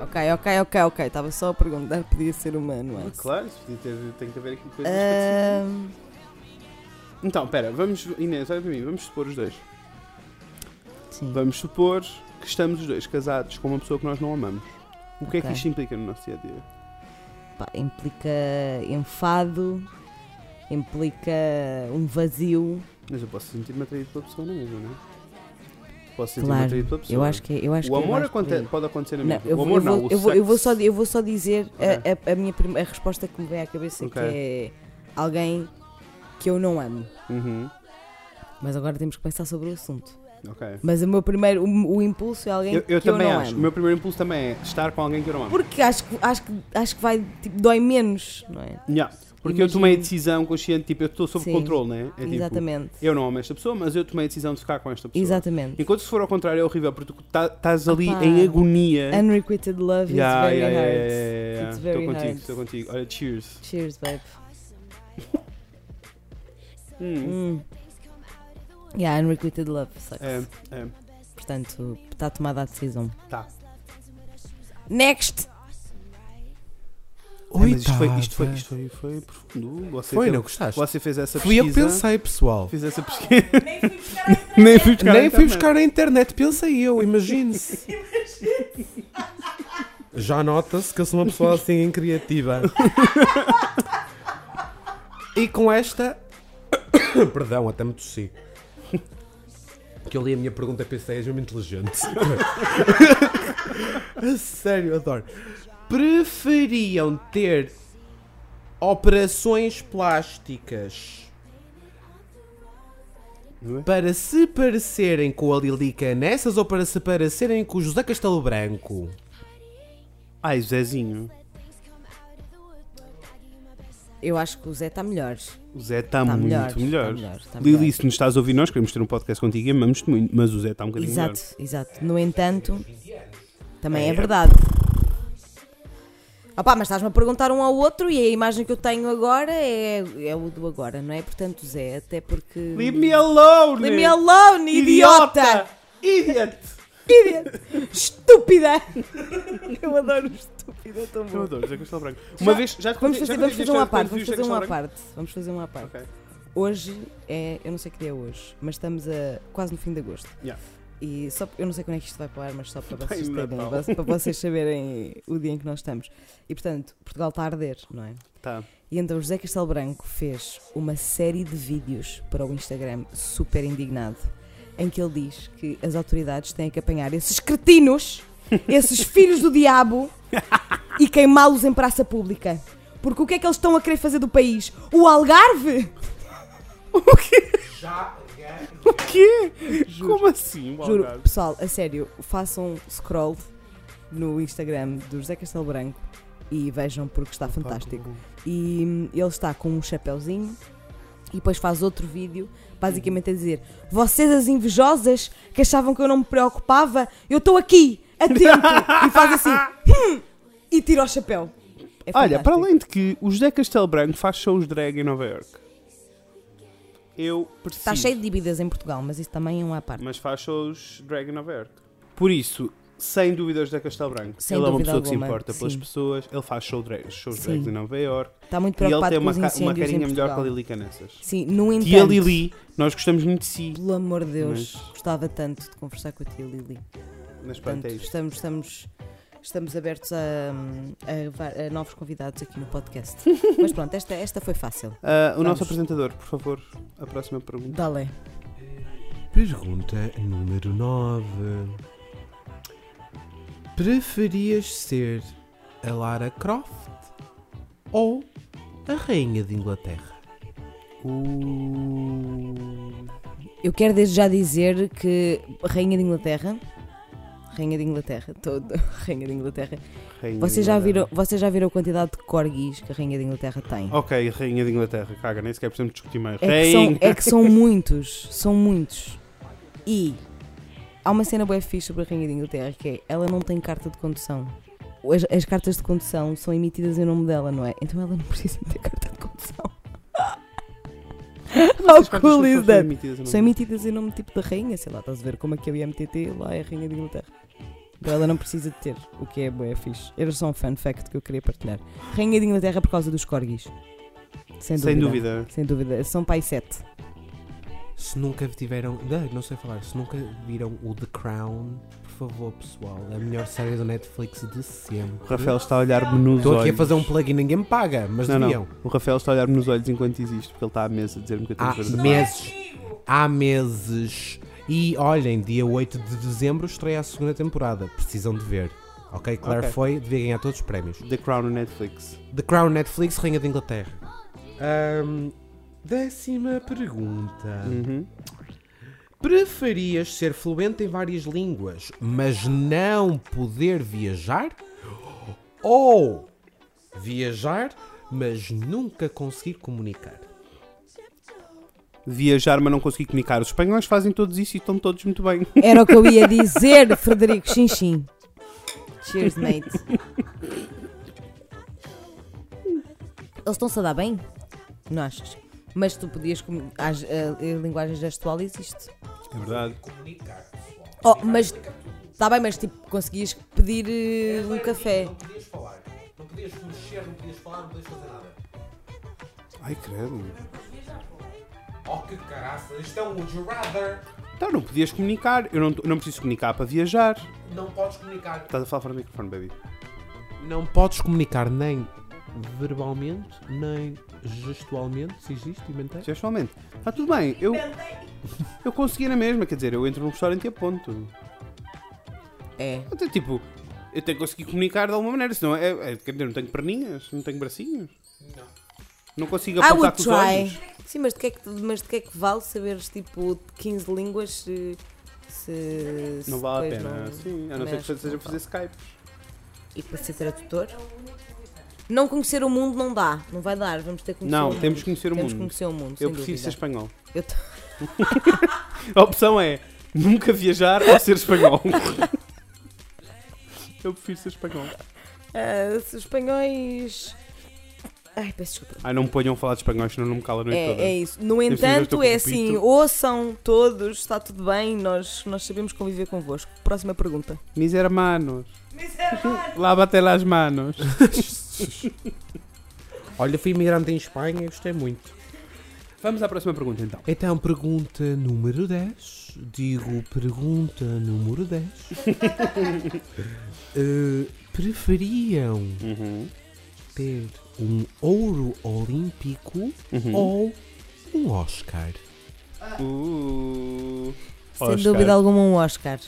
[SPEAKER 1] Ok, ok, ok, ok. Estava só a perguntar, podia ser uma nuance.
[SPEAKER 2] Ah, Claro, isso podia ter, tem que haver aqui coisas. específicas.
[SPEAKER 1] Ahm, Ah.
[SPEAKER 2] Então, pera, vamos. Inês, olha para mim, vamos supor os dois.
[SPEAKER 1] sim.
[SPEAKER 2] Vamos supor que estamos os dois casados com uma pessoa que nós não amamos. O que é que
[SPEAKER 1] Ok.
[SPEAKER 2] isto implica no nosso dia a dia?
[SPEAKER 1] Pá, implica enfado, implica um vazio.
[SPEAKER 2] Mas eu posso sentir-me atraído pela pessoa, não é mesmo, não é? Posso sentir-me
[SPEAKER 1] Claro,
[SPEAKER 2] atraído pela pessoa.
[SPEAKER 1] eu acho que eu acho
[SPEAKER 2] o
[SPEAKER 1] que é
[SPEAKER 2] amor
[SPEAKER 1] mais por
[SPEAKER 2] aconte-
[SPEAKER 1] aí.
[SPEAKER 2] pode acontecer na
[SPEAKER 1] Não,
[SPEAKER 2] mesma.
[SPEAKER 1] eu
[SPEAKER 2] o
[SPEAKER 1] vou,
[SPEAKER 2] amor
[SPEAKER 1] eu vou,
[SPEAKER 2] não, o
[SPEAKER 1] eu, vou, eu vou só,
[SPEAKER 2] sexo.
[SPEAKER 1] eu vou só dizer a- a, a minha prim- a resposta que me vem à cabeça
[SPEAKER 2] Ok.
[SPEAKER 1] que é alguém que eu não amo.
[SPEAKER 2] Uhum.
[SPEAKER 1] Mas agora temos que pensar sobre o assunto.
[SPEAKER 2] Ok.
[SPEAKER 1] Mas o meu primeiro o, o impulso é alguém
[SPEAKER 2] Eu, eu
[SPEAKER 1] que eu
[SPEAKER 2] também
[SPEAKER 1] não
[SPEAKER 2] acho. O
[SPEAKER 1] amo.
[SPEAKER 2] meu primeiro impulso também é estar com alguém que eu não amo.
[SPEAKER 1] Porque acho que acho que acho que vai tipo, dói menos, não é?
[SPEAKER 2] Yeah, Porque eu
[SPEAKER 1] Imagino.
[SPEAKER 2] tomei a decisão consciente, tipo, eu estou sob
[SPEAKER 1] Sim.
[SPEAKER 2] controle, né? É tipo,
[SPEAKER 1] Exatamente.
[SPEAKER 2] eu não amo esta pessoa, mas eu tomei a decisão de ficar com esta pessoa.
[SPEAKER 1] Exatamente.
[SPEAKER 2] Enquanto se for ao contrário é horrível, porque tu tá- estás ali
[SPEAKER 1] Opa.
[SPEAKER 2] em agonia.
[SPEAKER 1] Unrequited love
[SPEAKER 2] é Yeah,
[SPEAKER 1] is very
[SPEAKER 2] yeah, yeah,
[SPEAKER 1] hard.
[SPEAKER 2] yeah, yeah, yeah.
[SPEAKER 1] It's
[SPEAKER 2] Estou
[SPEAKER 1] very
[SPEAKER 2] contigo,
[SPEAKER 1] hard.
[SPEAKER 2] estou contigo. Olha, cheers.
[SPEAKER 1] Cheers, babe.
[SPEAKER 2] Hum,
[SPEAKER 1] Hum. Yeah, Unrequited Love, sucks.
[SPEAKER 2] É, é.
[SPEAKER 1] Portanto, está tomada a decisão.
[SPEAKER 2] Tá.
[SPEAKER 1] Next!
[SPEAKER 2] É, mas isto foi, isto foi, isto foi, foi profundo. Você,
[SPEAKER 3] Foi,
[SPEAKER 2] deu-
[SPEAKER 3] não gostaste?
[SPEAKER 2] você fez essa
[SPEAKER 3] Fui
[SPEAKER 2] pesquisa.
[SPEAKER 3] eu que pensei, pessoal.
[SPEAKER 2] Fiz essa pesquisa.
[SPEAKER 4] Nem fui buscar
[SPEAKER 2] Nem fui buscar.
[SPEAKER 4] a
[SPEAKER 3] Nem
[SPEAKER 2] a
[SPEAKER 3] fui
[SPEAKER 2] internet.
[SPEAKER 3] buscar na internet, pensei eu, imagine-se. Já nota-se que eu sou uma pessoa assim criativa. e com esta. Perdão, até me tossi. Que eu li a minha pergunta e pensei, és mesmo inteligente. a sério, adoro. Preferiam ter operações plásticas para se parecerem com a Lilica nessas ou para se parecerem com o José Castelo Branco?
[SPEAKER 2] Ai, Zezinho.
[SPEAKER 1] Eu acho que o Zé está melhor.
[SPEAKER 2] O Zé está
[SPEAKER 1] Está
[SPEAKER 2] muito
[SPEAKER 1] Tá melhor. Está
[SPEAKER 2] melhor.
[SPEAKER 1] melhor. Está melhor.
[SPEAKER 2] Lili, se nos estás a ouvir, nós queremos ter um podcast contigo e amamos-te muito, mas o Zé está um bocadinho
[SPEAKER 1] Exato,
[SPEAKER 2] melhor. é.
[SPEAKER 1] exato. No entanto, também é verdade. Ah pá, mas estás-me a perguntar um ao outro e a imagem que eu tenho agora é, é o do agora, não é? Portanto, Zé, até porque.
[SPEAKER 2] Leave me alone!
[SPEAKER 1] Leave me alone, idiota!
[SPEAKER 2] Idiot!
[SPEAKER 1] Idiota! Estúpida! Eu adoro o estúpido, é tão
[SPEAKER 2] Eu
[SPEAKER 1] bom.
[SPEAKER 2] adoro José Castelo Branco. Uma
[SPEAKER 1] Já-
[SPEAKER 2] vez, já te
[SPEAKER 1] Vamos
[SPEAKER 2] contei- já
[SPEAKER 1] fazer, vamos
[SPEAKER 2] contei
[SPEAKER 1] fazer um
[SPEAKER 2] a
[SPEAKER 1] à
[SPEAKER 2] história
[SPEAKER 1] parte,
[SPEAKER 2] quando vi
[SPEAKER 1] vamos
[SPEAKER 2] o José
[SPEAKER 1] fazer um à
[SPEAKER 2] Castelo
[SPEAKER 1] parte. Vamos fazer um à parte.
[SPEAKER 2] Branco?
[SPEAKER 1] Hoje é. Eu não sei que dia é hoje, mas estamos a quase no fim de agosto.
[SPEAKER 2] Yeah.
[SPEAKER 1] E só, eu não sei quando é que isto vai para o ar, mas só para
[SPEAKER 2] Bem,
[SPEAKER 1] vocês, terem,
[SPEAKER 2] Natal.
[SPEAKER 1] para vocês saberem o dia em que nós estamos. E portanto, Portugal está a arder, não é?
[SPEAKER 2] Ok. Tá.
[SPEAKER 1] E então José Castelo Branco fez uma série de vídeos para o Instagram super indignado, em que ele diz que as autoridades têm que apanhar esses cretinos, esses filhos do diabo, e queimá-los em praça pública. Porque o que é que eles estão a querer fazer do país? O Algarve? O quê?
[SPEAKER 2] O quê? Como assim? o
[SPEAKER 1] Juro,
[SPEAKER 2] Algarve?
[SPEAKER 1] pessoal, a sério, façam um scroll no Instagram do José Castelo Branco e vejam porque está fantástico. e hum, ele está com um chapéuzinho e depois faz outro vídeo, basicamente a dizer: Vocês, as invejosas, que achavam que eu não me preocupava, eu estou aqui, atento! e faz assim: "Hum", e tira o chapéu. É
[SPEAKER 2] Olha,
[SPEAKER 1] fantástico.
[SPEAKER 2] para além de que o José Castelo Branco faz shows drag em Nova York. Eu preciso.
[SPEAKER 1] Está Tá cheio de dívidas em Portugal, mas isso também é uma à parte.
[SPEAKER 2] Mas faz shows drag em Nova York. Por isso, sem dúvida, o José Castelo Branco.
[SPEAKER 1] Sem
[SPEAKER 2] ele é uma
[SPEAKER 1] dúvida
[SPEAKER 2] pessoa que se
[SPEAKER 1] alguma,
[SPEAKER 2] importa pelas
[SPEAKER 1] sim.
[SPEAKER 2] pessoas. Ele faz show drag, shows
[SPEAKER 1] Sim.
[SPEAKER 2] drags em Nova York.
[SPEAKER 1] Está muito
[SPEAKER 2] E ele
[SPEAKER 1] preocupado
[SPEAKER 2] tem
[SPEAKER 1] com
[SPEAKER 2] uma,
[SPEAKER 1] os
[SPEAKER 2] ca- uma
[SPEAKER 1] incêndios
[SPEAKER 2] carinha
[SPEAKER 1] em
[SPEAKER 2] melhor que a
[SPEAKER 1] Portugal.
[SPEAKER 2] Lili Canessas.
[SPEAKER 1] Sim, no entanto,
[SPEAKER 2] Tia Lili, nós gostamos muito de si.
[SPEAKER 1] pelo amor de Deus,
[SPEAKER 2] Mas-
[SPEAKER 1] gostava tanto de conversar com a tia Lili.
[SPEAKER 2] Mas pronto,
[SPEAKER 1] Portanto,
[SPEAKER 2] é isto.
[SPEAKER 1] estamos, estamos, estamos abertos a, a va- a novos convidados aqui no podcast. Mas pronto, esta, esta foi fácil.
[SPEAKER 2] Ah, o
[SPEAKER 1] Vamos.
[SPEAKER 2] nosso apresentador, por favor, a próxima pergunta.
[SPEAKER 1] Dale.
[SPEAKER 3] Pergunta número 9. Preferias ser a Lara Croft ou a Rainha de Inglaterra?
[SPEAKER 2] Uh.
[SPEAKER 1] Eu quero desde já dizer que Rainha de Inglaterra. Rainha de Inglaterra, todo, Rainha de Inglaterra.
[SPEAKER 2] Rainha
[SPEAKER 1] Vocês
[SPEAKER 2] de
[SPEAKER 1] já,
[SPEAKER 2] Inglaterra. Oh,
[SPEAKER 1] viram, vocês já viram a quantidade de corgis que a Rainha de Inglaterra tem?
[SPEAKER 2] Ok, Rainha de Inglaterra, caga, nem sequer precisamos discutir mais.
[SPEAKER 1] É que,
[SPEAKER 2] Rainha!
[SPEAKER 1] são, é que são muitos, são muitos. E há uma cena boa fixe sobre a Rainha de Inglaterra que é ela não tem carta de condução. As, as cartas de condução são emitidas em nome dela, não é? Então ela não precisa ter carta de condução. How
[SPEAKER 2] As cartas
[SPEAKER 1] cool
[SPEAKER 2] não
[SPEAKER 1] is
[SPEAKER 2] foram
[SPEAKER 1] that?
[SPEAKER 2] emitidas, não é?
[SPEAKER 1] São emitidas em nome tipo da rainha, sei lá, estás a ver como é que é o IMTT, lá é a rainha de Inglaterra. Então ela não precisa de ter, o que é bué fixe. Era só um fun fact que eu queria partilhar. Rainha de Inglaterra por causa dos corgis. Sem dúvida.
[SPEAKER 2] Sem dúvida.
[SPEAKER 1] Sem dúvida. São pai sete.
[SPEAKER 3] Se nunca tiveram. Não, não sei falar. Se nunca viram o The Crown, por favor, pessoal. é A melhor série da Netflix de sempre.
[SPEAKER 2] O Rafael está a olhar-me nos
[SPEAKER 3] Estou aqui
[SPEAKER 2] olhos.
[SPEAKER 3] a fazer um plug e ninguém me paga, mas
[SPEAKER 2] Não,
[SPEAKER 3] deviam.
[SPEAKER 2] não. O Rafael está a olhar-me nos olhos enquanto existe, porque ele está à mesa a dizer-me que eu tenho
[SPEAKER 3] Ah,
[SPEAKER 2] que fazer.
[SPEAKER 4] Não é
[SPEAKER 3] Meses.
[SPEAKER 4] comigo.
[SPEAKER 3] há meses. E olhem, dia 8 de dezembro estreia a segunda temporada. Precisam de ver. Ok, Claire
[SPEAKER 2] Ok.
[SPEAKER 3] foi, devia ganhar todos os prémios.
[SPEAKER 2] The Crown no Netflix.
[SPEAKER 3] The Crown Netflix, Rainha de Inglaterra. Ahm, décima pergunta.
[SPEAKER 2] Uhum.
[SPEAKER 3] Preferias ser fluente em várias línguas, mas não poder viajar? Ou viajar, mas nunca conseguir comunicar?
[SPEAKER 2] Viajar, mas não consegui comunicar. Os espanhóis fazem todos isso e estão todos muito bem.
[SPEAKER 1] Era o que eu ia dizer, Frederico. Xin, xin. Cheers, mate. Eles estão-se a dar bem? Não achas? Mas tu podias. comu- as- A, a linguagem gestual existe.
[SPEAKER 2] É verdade.
[SPEAKER 1] Oh, mas. Está bem, mas tipo, conseguias pedir eh, um café.
[SPEAKER 3] podias falar, não podias mexer, não podias falar, não podias fazer nada.
[SPEAKER 2] Ai, credo.
[SPEAKER 3] Oh que caraça, isto é um Would You Rather.
[SPEAKER 2] Então, não podias comunicar. Eu não, eu não preciso comunicar para viajar.
[SPEAKER 3] Não podes comunicar.
[SPEAKER 2] Estás a falar fora do microfone, baby.
[SPEAKER 3] Não podes comunicar nem verbalmente, nem gestualmente, se existe, inventei.
[SPEAKER 2] Gestualmente. Está tudo bem. Eu,
[SPEAKER 4] Mandei.
[SPEAKER 2] eu consegui na mesma. Quer dizer, eu entro num restaurante e aponto.
[SPEAKER 1] É.
[SPEAKER 2] Até tipo, eu tenho que conseguir comunicar de alguma maneira, senão é, é, quer dizer, não tenho perninhas, não tenho bracinhos. Não. consigo
[SPEAKER 1] I
[SPEAKER 2] apontar
[SPEAKER 1] would
[SPEAKER 2] com os
[SPEAKER 1] try.
[SPEAKER 2] olhos.
[SPEAKER 1] Sim, mas de que é que, mas de que, é que vale saberes tipo 15 línguas se. se
[SPEAKER 2] Não
[SPEAKER 1] se
[SPEAKER 2] vale a
[SPEAKER 1] depois
[SPEAKER 2] pena,
[SPEAKER 1] não-
[SPEAKER 2] sim. A
[SPEAKER 1] também
[SPEAKER 2] não ser que
[SPEAKER 1] acho que
[SPEAKER 2] seja
[SPEAKER 1] não
[SPEAKER 2] fazer Skype.
[SPEAKER 1] E para ser tradutor? Não conhecer o mundo não dá, não vai dar, vamos ter que conhecer o
[SPEAKER 2] Não,
[SPEAKER 1] mundo.
[SPEAKER 2] temos que conhecer o
[SPEAKER 1] Temos que
[SPEAKER 2] mundo.
[SPEAKER 1] conhecer o mundo,
[SPEAKER 2] Eu
[SPEAKER 1] sem
[SPEAKER 2] preciso
[SPEAKER 1] dúvida.
[SPEAKER 2] ser espanhol.
[SPEAKER 1] Eu t-
[SPEAKER 2] A opção é nunca viajar ou ser espanhol. eu prefiro ser espanhol.
[SPEAKER 1] Ah, se os espanhóis. Ai, peço desculpa.
[SPEAKER 2] Ai, não me ponham a falar de espanhóis, senão não me cala a noite toda.
[SPEAKER 1] É, é isso. No
[SPEAKER 2] preciso ver o teu
[SPEAKER 1] entanto, é
[SPEAKER 2] corpo, Pito.
[SPEAKER 1] assim, ouçam todos, está tudo bem, nós, nós sabemos conviver convosco. Próxima pergunta.
[SPEAKER 2] Mis hermanos,
[SPEAKER 4] Mis hermanos.
[SPEAKER 2] lávate las manos.
[SPEAKER 3] Olha, fui imigrante em Espanha e gostei muito.
[SPEAKER 2] Vamos à próxima pergunta então.
[SPEAKER 3] Então, pergunta número 10. Digo pergunta número 10. Eh, preferiam
[SPEAKER 2] Uhum.
[SPEAKER 3] ter um ouro olímpico
[SPEAKER 2] uhum.
[SPEAKER 1] Oh.
[SPEAKER 3] ou um Oscar?
[SPEAKER 2] Uh,
[SPEAKER 1] Sem dúvida alguma, um Oscar.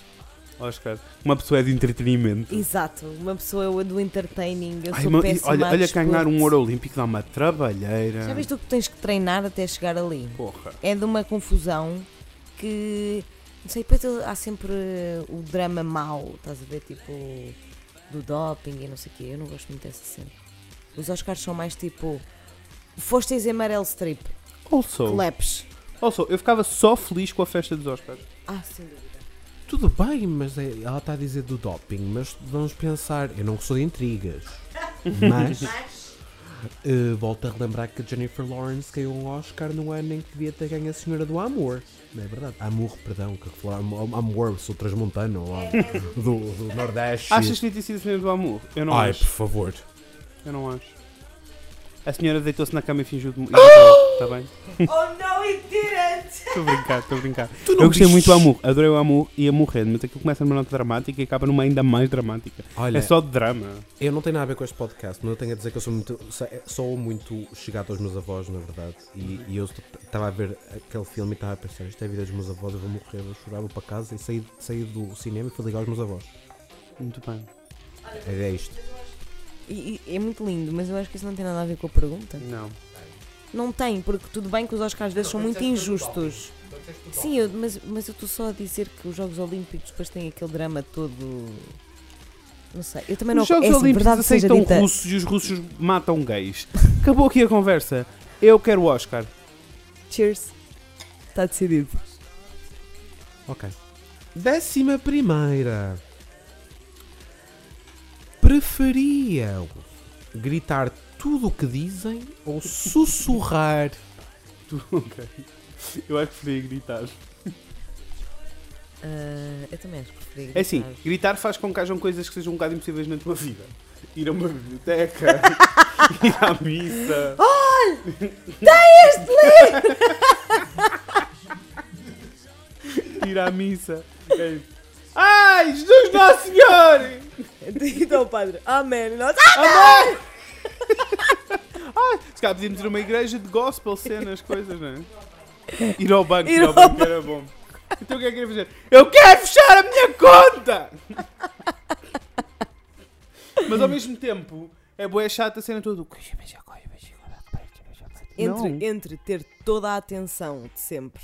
[SPEAKER 2] Oscar, uma pessoa é de entretenimento.
[SPEAKER 1] Exato, uma pessoa do entertaining. Eu
[SPEAKER 2] Ai,
[SPEAKER 1] sou
[SPEAKER 2] ma-
[SPEAKER 1] péssima
[SPEAKER 2] olha,
[SPEAKER 1] a
[SPEAKER 2] olha
[SPEAKER 1] desporto.
[SPEAKER 2] ganhar um ouro olímpico dá uma trabalheira.
[SPEAKER 1] Já viste o que tens que treinar até chegar ali?
[SPEAKER 2] Porra.
[SPEAKER 1] É de uma confusão que. Não sei, depois há sempre o drama mau, estás a ver? Tipo, do doping e não sei o quê. Eu não gosto muito dessa cena. Os Oscars são mais tipo. Fosteis em Meryl Streep,
[SPEAKER 2] Also,
[SPEAKER 1] claps.
[SPEAKER 2] also, eu ficava só feliz com a festa dos Oscars.
[SPEAKER 1] Ah, sem dúvida.
[SPEAKER 3] Tudo bem, mas é- ela está a dizer do doping, mas vamos pensar, eu não sou de intrigas, mas eh, volto a relembrar que Jennifer Lawrence ganhou um Oscar no ano em que devia ter ganho a Senhora do Amor, não é verdade? Amor, perdão, que eu falar am- amor, sou transmontano lá, do, do Nordeste.
[SPEAKER 2] Achas que devia ter sido a Senhora do Amor? Eu não
[SPEAKER 3] Ai,
[SPEAKER 2] acho.
[SPEAKER 3] por favor.
[SPEAKER 2] Eu não acho. A senhora deitou-se na cama e fingiu de
[SPEAKER 1] Ah!
[SPEAKER 2] Está bem?
[SPEAKER 4] Oh no, it didn't!
[SPEAKER 2] Estou a brincar, estou a brincar.
[SPEAKER 3] não
[SPEAKER 2] Eu gostei
[SPEAKER 3] viste?
[SPEAKER 2] muito do Amor, adorei o Amor e a morrer, mas aquilo começa numa nota dramática e acaba numa ainda mais dramática.
[SPEAKER 3] Olha,
[SPEAKER 2] É só de drama.
[SPEAKER 3] eu não tenho nada a ver com este podcast, mas eu tenho a dizer que eu sou muito, se- sou muito chegado aos meus avós, na verdade, e, e eu estava a ver aquele filme e estava a pensar, isto é a vida dos meus avós, eu vou morrer, eu chorava para casa e saí, saí do cinema e fui ligar aos meus avós.
[SPEAKER 2] Muito bem.
[SPEAKER 3] Era isto.
[SPEAKER 1] E, e é muito lindo, mas eu acho que isso não tem nada a ver com a pergunta.
[SPEAKER 2] Não.
[SPEAKER 1] Não tem, porque tudo bem que os Oscars às vezes são muito injustos. Sim, eu- mas, mas eu estou só a dizer que os Jogos Olímpicos depois têm aquele drama todo. Não sei, eu também não
[SPEAKER 2] os Jogos
[SPEAKER 1] é assim,
[SPEAKER 2] Olímpicos
[SPEAKER 1] verdade seja
[SPEAKER 2] aceitam
[SPEAKER 1] dita.
[SPEAKER 2] russos e os russos matam gays. Acabou aqui a conversa. Eu quero o Oscar.
[SPEAKER 1] Cheers. Está decidido.
[SPEAKER 3] Ok. Décima primeira. Preferiam gritar tudo o que dizem ou sussurrar?
[SPEAKER 2] Tu, ok. Eu acho que preferia gritar.
[SPEAKER 1] Ah, eu também acho que preferia.
[SPEAKER 2] É assim,
[SPEAKER 1] gritar.
[SPEAKER 2] gritar faz com que hajam coisas que sejam um bocado impossíveis na tua vida. Ir a uma biblioteca, ir à missa. ir à missa. É isso. Ai, Jesus Nosso Senhor!
[SPEAKER 1] Então, padre, amém. Nossa,
[SPEAKER 2] Amém! Ai, se calhar podíamos ir a uma igreja de gospel, cenas, coisas, não é? Ir ao banco, ir ao banco era bom. Então o que é que eu ia fazer? Eu quero fechar a minha conta! Mas ao mesmo tempo, é boa, é chata a cena toda. do-
[SPEAKER 1] entre,
[SPEAKER 2] Não.
[SPEAKER 1] entre ter toda a atenção de sempre.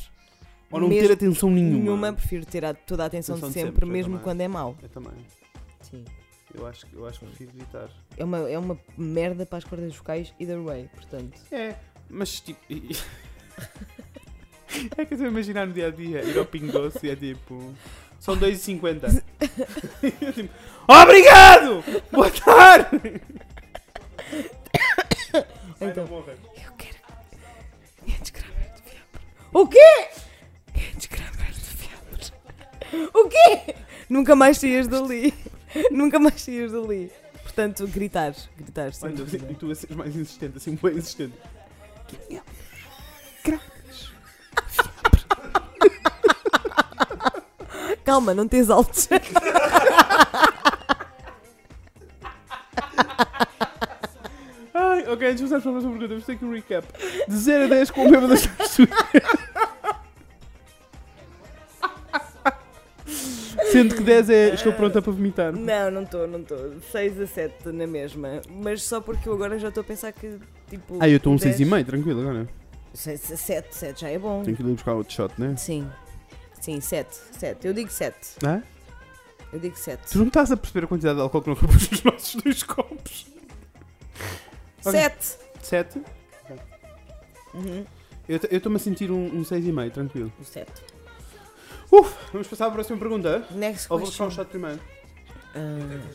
[SPEAKER 2] Ou não ter
[SPEAKER 1] mesmo-
[SPEAKER 2] atenção nenhuma.
[SPEAKER 1] Nenhuma, prefiro ter a- toda a atenção de
[SPEAKER 2] Atenção de
[SPEAKER 1] sempre,
[SPEAKER 2] sempre, eu
[SPEAKER 1] mesmo
[SPEAKER 2] também.
[SPEAKER 1] quando é mau.
[SPEAKER 2] Eu também.
[SPEAKER 1] Sim.
[SPEAKER 2] Eu acho, que- eu acho que prefiro gritar.
[SPEAKER 1] É uma, é uma merda para as cordas vocais, either way, portanto.
[SPEAKER 2] É, mas tipo. é que eu estou a imaginar no dia a dia ir ao Pingo Doce e é tipo. São 2,50. E eu tipo, Obrigado! Boa tarde!
[SPEAKER 1] Então,
[SPEAKER 2] morra.
[SPEAKER 1] eu quero 500 gramas de fiambre. O quê? 500 gramas de fiambre. O quê? Nunca mais saías dali. Nunca mais saías dali. Portanto, gritar, gritar, sem
[SPEAKER 2] Olha,
[SPEAKER 1] dúvida.
[SPEAKER 2] E tu a seres mais insistente, assim, bem insistente.
[SPEAKER 1] Calma, não tens altos.
[SPEAKER 2] Ai, ok, antes de passarmos para a próxima pergunta, vamos ter aqui um recap. De 0 a 10 com o mesmo das pessoas. Sendo que 10 é. Estou pronta para vomitar.
[SPEAKER 1] Não, não estou, não estou. 6 a 7 na mesma. Mas só porque eu agora já estou a pensar que, tipo.
[SPEAKER 2] Ah, eu estou um
[SPEAKER 1] dez-
[SPEAKER 2] 6,5, tranquilo agora.
[SPEAKER 1] 6 a 7, 7 já é bom.
[SPEAKER 2] Tenho que ir buscar outro shot, né?
[SPEAKER 1] Sim. Sim, 7, 7. Eu digo 7.
[SPEAKER 2] Não é?
[SPEAKER 1] Eu digo 7.
[SPEAKER 2] Tu não estás a perceber a quantidade de álcool que não repus nos nossos dois copos?
[SPEAKER 1] 7!
[SPEAKER 2] Sete?
[SPEAKER 1] Uhum.
[SPEAKER 2] Eu t- eu estou-me a sentir um, um seis e meio, tranquilo.
[SPEAKER 1] 7.
[SPEAKER 2] Vamos passar à próxima pergunta?
[SPEAKER 1] Next
[SPEAKER 2] Ou vou buscar um
[SPEAKER 1] question.
[SPEAKER 2] shot primeiro?
[SPEAKER 1] Ah,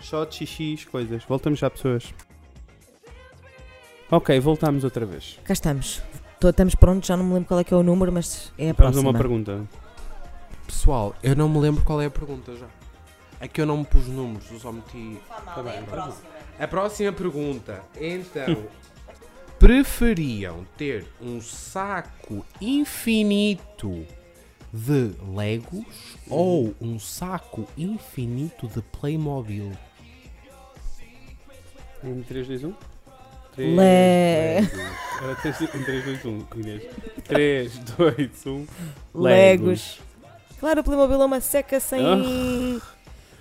[SPEAKER 2] Shot, xixis, coisas. Voltamos já, pessoas. Ok, voltamos outra vez.
[SPEAKER 1] Cá estamos. Tô- estamos prontos, já não me lembro qual é que é o número, mas é a
[SPEAKER 2] Vamos a
[SPEAKER 1] próxima.
[SPEAKER 2] uma pergunta.
[SPEAKER 3] Pessoal, eu não me lembro qual é a pergunta já. É que eu não me pus números, eu só meti. Tá bem, tá bom. A próxima pergunta. Então, preferiam ter um saco infinito de Legos ou um saco infinito de Playmobil?
[SPEAKER 2] Em um? 3, 2, 1.
[SPEAKER 1] Le-
[SPEAKER 2] Era 3, 3, 2, 1, Inês. um. 3, 2, 1.
[SPEAKER 1] Legos. Claro, o Playmobil é uma seca sem.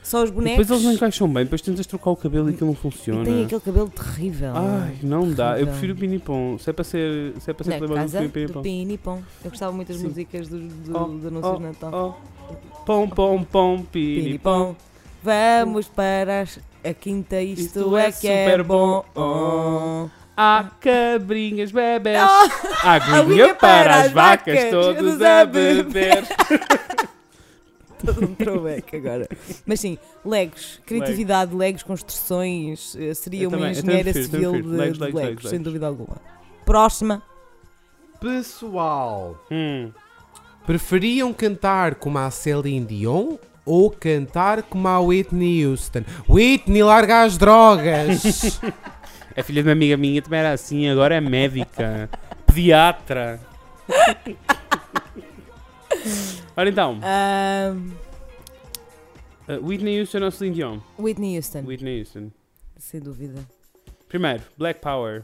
[SPEAKER 1] Só os bonecos.
[SPEAKER 2] Ah. Depois eles não encaixam bem, depois tentas trocar o cabelo e aquilo não
[SPEAKER 1] E
[SPEAKER 2] funciona.
[SPEAKER 1] tem aquele cabelo terrível.
[SPEAKER 2] Ai, não dá. Eu
[SPEAKER 1] Terrível.
[SPEAKER 2] prefiro o pinipom. Se é para ser, se é para ser
[SPEAKER 1] Na
[SPEAKER 2] Playmobil, eu
[SPEAKER 1] casa
[SPEAKER 2] prefiro o
[SPEAKER 1] do
[SPEAKER 2] pinipom.
[SPEAKER 1] Pinipom. Eu gostava muito das
[SPEAKER 2] Sim.
[SPEAKER 1] músicas dos do,
[SPEAKER 2] Oh,
[SPEAKER 1] de anúncios
[SPEAKER 2] oh,
[SPEAKER 1] de Natal.
[SPEAKER 2] Oh. Pom, pom, pom, pinipom.
[SPEAKER 1] Pinipom. Vamos para as- a quinta, isto,
[SPEAKER 2] Isto
[SPEAKER 1] é,
[SPEAKER 2] é
[SPEAKER 1] que é
[SPEAKER 2] super
[SPEAKER 1] bom.
[SPEAKER 2] bom. Há cabrinhas bebés.
[SPEAKER 1] Oh,
[SPEAKER 2] Há
[SPEAKER 1] aguinha
[SPEAKER 2] aguinha para as vacas, todos a beber.
[SPEAKER 1] todo um throwback agora. Mas sim, Legos, criatividade, Legos, construções, eh, seria
[SPEAKER 2] Eu
[SPEAKER 1] uma
[SPEAKER 2] também, eu
[SPEAKER 1] engenheira
[SPEAKER 2] também prefiro,
[SPEAKER 1] civil
[SPEAKER 2] também
[SPEAKER 1] de,
[SPEAKER 2] prefiro. Legos,
[SPEAKER 1] de
[SPEAKER 2] Legos,
[SPEAKER 1] Legos,
[SPEAKER 2] Legos,
[SPEAKER 1] sem
[SPEAKER 2] Legos.
[SPEAKER 1] dúvida alguma. Próxima.
[SPEAKER 3] Pessoal,
[SPEAKER 2] Hum.
[SPEAKER 3] Preferiam cantar como a Celine Dion ou cantar como a Whitney Houston? Whitney, larga as drogas!
[SPEAKER 2] A É filha de uma amiga minha também era assim, agora é médica, pediatra. Ora então,
[SPEAKER 1] Ahm,
[SPEAKER 2] uh, Whitney Houston ou Celine Dion?
[SPEAKER 1] Whitney Houston,
[SPEAKER 2] Whitney Houston.
[SPEAKER 1] sem dúvida.
[SPEAKER 2] Primeiro, Black Power.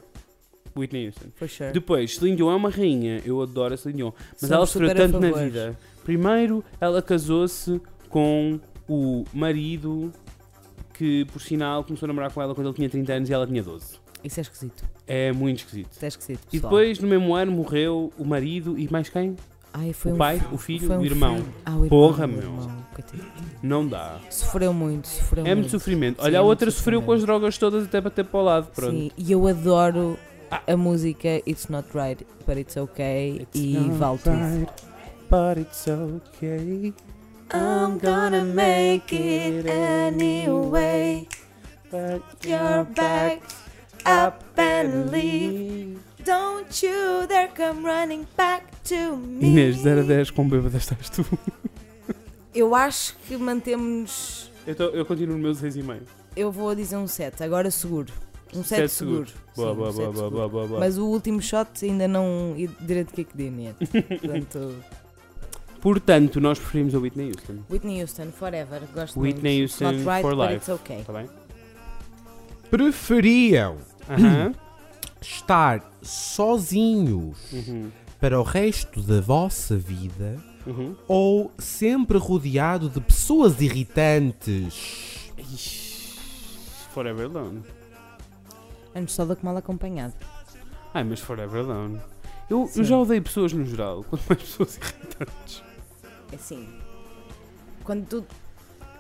[SPEAKER 2] Whitney Houston.
[SPEAKER 1] For sure.
[SPEAKER 2] Depois, Celine Dion é uma rainha. Eu adoro a Celine Dion. Mas
[SPEAKER 1] Somos
[SPEAKER 2] ela sofreu
[SPEAKER 1] super a
[SPEAKER 2] tanto na
[SPEAKER 1] favor.
[SPEAKER 2] vida. Primeiro, ela casou-se com o marido que, por sinal, começou a namorar com ela quando ele tinha 30 anos e ela tinha 12.
[SPEAKER 1] Isso é esquisito.
[SPEAKER 2] É muito esquisito.
[SPEAKER 1] Isso é esquisito,
[SPEAKER 2] E
[SPEAKER 1] pessoal.
[SPEAKER 2] depois, no mesmo ano, morreu o marido e mais quem?
[SPEAKER 1] Ai, foi
[SPEAKER 2] o
[SPEAKER 1] um
[SPEAKER 2] pai,
[SPEAKER 1] fi-
[SPEAKER 2] o filho,
[SPEAKER 1] foi
[SPEAKER 2] o
[SPEAKER 1] um
[SPEAKER 2] irmão.
[SPEAKER 1] filho. Ah, o irmão,
[SPEAKER 2] Porra,
[SPEAKER 1] o
[SPEAKER 2] meu.
[SPEAKER 1] irmão, coitado.
[SPEAKER 2] Não dá.
[SPEAKER 1] Sofreu muito, sofreu
[SPEAKER 2] É muito
[SPEAKER 1] muito.
[SPEAKER 2] sofrimento.
[SPEAKER 1] Sim,
[SPEAKER 2] Olha,
[SPEAKER 1] é
[SPEAKER 2] a
[SPEAKER 1] muito
[SPEAKER 2] outra sofreu com as
[SPEAKER 1] sofrimento.
[SPEAKER 2] drogas todas até bater para o lado. Pronto. Ah.
[SPEAKER 1] Sim, e eu adoro a música It's Not Right, But It's Okay e vale tudo.
[SPEAKER 2] But it's okay.
[SPEAKER 4] I'm gonna make it anyway.
[SPEAKER 2] But
[SPEAKER 4] Your back up and leave. Don't you dare come running back to me.
[SPEAKER 2] Inês, 0 a 10 com bêbada estás tu.
[SPEAKER 1] Eu acho que mantemos.
[SPEAKER 2] Eu, tô- eu continuo no meu 6,5.
[SPEAKER 1] Eu vou dizer um 7, agora seguro. Um 7
[SPEAKER 2] Sete
[SPEAKER 1] seguro.
[SPEAKER 2] seguro.
[SPEAKER 1] Sim,
[SPEAKER 2] Boa,
[SPEAKER 1] um
[SPEAKER 2] boa, boa,
[SPEAKER 1] sete
[SPEAKER 2] boa,
[SPEAKER 1] seguro.
[SPEAKER 2] boa, boa, boa.
[SPEAKER 1] Mas o último shot ainda não. e Direito o que é que dê, né? Portanto,
[SPEAKER 2] Portanto, nós preferimos a Whitney Houston.
[SPEAKER 1] Whitney Houston, forever. Gosto
[SPEAKER 2] Whitney
[SPEAKER 1] muito. It's Not
[SPEAKER 2] Houston
[SPEAKER 1] right,
[SPEAKER 2] for
[SPEAKER 1] but
[SPEAKER 2] life.
[SPEAKER 1] It's okay.
[SPEAKER 2] Está tá bem?
[SPEAKER 3] Preferiam
[SPEAKER 1] Uhum.
[SPEAKER 2] Aham.
[SPEAKER 3] estar sozinhos
[SPEAKER 2] Uhum.
[SPEAKER 3] para o resto da vossa vida
[SPEAKER 2] Uhum.
[SPEAKER 3] ou sempre rodeado de pessoas irritantes?
[SPEAKER 2] Forever Alone.
[SPEAKER 1] Antes só do que mal acompanhado.
[SPEAKER 2] Ai, mas Forever Alone. Eu,
[SPEAKER 1] Sim.
[SPEAKER 2] eu já odeio pessoas no geral. Quanto mais pessoas irritantes.
[SPEAKER 1] É Assim. Quando tu.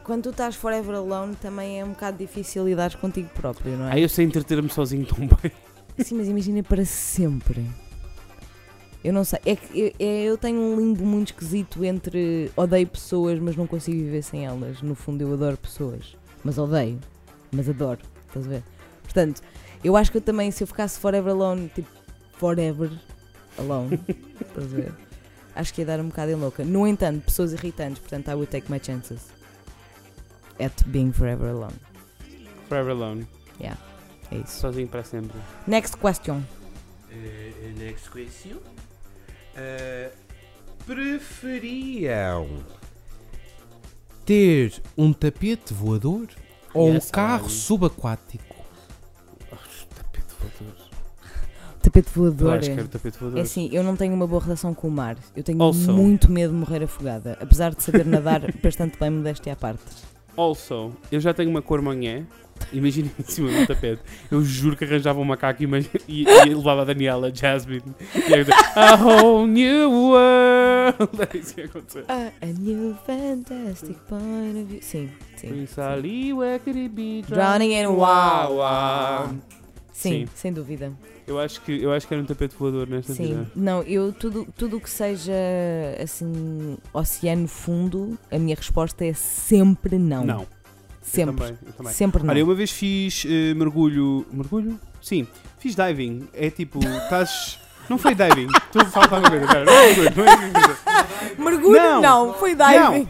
[SPEAKER 1] Quando tu estás forever alone, também é um bocado difícil lidar contigo próprio, não é?
[SPEAKER 2] Ai, eu sei entreter-me sozinho tão bem.
[SPEAKER 1] Sim, mas imagina para sempre. Eu não sei. É que eu, é- eu tenho um limbo muito esquisito entre odeio pessoas, mas não consigo viver sem elas. No fundo, eu adoro pessoas, mas odeio, mas adoro. Estás a ver? Portanto, eu acho que eu também, se eu ficasse forever alone, tipo, forever alone, estás a ver? Acho que ia dar um bocado em louca. No entanto, pessoas irritantes, portanto, I would take my chances at being forever alone.
[SPEAKER 2] Forever Alone.
[SPEAKER 1] É isso.
[SPEAKER 2] Sozinho para sempre.
[SPEAKER 1] Next question.
[SPEAKER 3] next question. preferiam ter um tapete voador ou
[SPEAKER 2] Yes,
[SPEAKER 3] um carro
[SPEAKER 2] I-
[SPEAKER 3] subaquático?
[SPEAKER 2] Tapete voador.
[SPEAKER 1] Tapete
[SPEAKER 2] Eu
[SPEAKER 1] voador.
[SPEAKER 2] acho
[SPEAKER 1] é-
[SPEAKER 2] que era tapete voador.
[SPEAKER 1] É assim, eu não tenho uma boa relação com o mar. Eu tenho
[SPEAKER 2] Also-
[SPEAKER 1] muito medo de morrer afogada. Apesar de saber nadar bastante bem, modéstia à parte.
[SPEAKER 2] Also, eu já tenho uma cor manhã. Imagina em cima do tapete. Eu juro que arranjava um macaco e, imag- e, e levava a Daniela, Jasmine. E aí, a whole new world. Era isso que ia acontecer.
[SPEAKER 1] Ah, A new fantastic point of view. Sim, sim.
[SPEAKER 2] Prince Ali, where could it be?
[SPEAKER 1] Drowning in
[SPEAKER 2] Wawa.
[SPEAKER 1] Wawa. Sim,
[SPEAKER 2] Sim.
[SPEAKER 1] sem dúvida.
[SPEAKER 2] Eu acho que, eu acho que era um tapete voador nesta
[SPEAKER 1] Sim.
[SPEAKER 2] vida.
[SPEAKER 1] Não, eu tudo tudo o que seja assim, oceano fundo, a minha resposta é sempre não.
[SPEAKER 2] Não.
[SPEAKER 1] Sempre.
[SPEAKER 2] Eu também, eu também.
[SPEAKER 1] Sempre não.
[SPEAKER 2] Olha, eu uma vez fiz eh, mergulho. Mergulho? Sim, fiz diving. É tipo, estás. Não foi diving. Estou a falar alguma coisa, cara. Não é mergulho, não é mergulho.
[SPEAKER 4] Mergulho não,
[SPEAKER 2] Não. É
[SPEAKER 4] foi diving.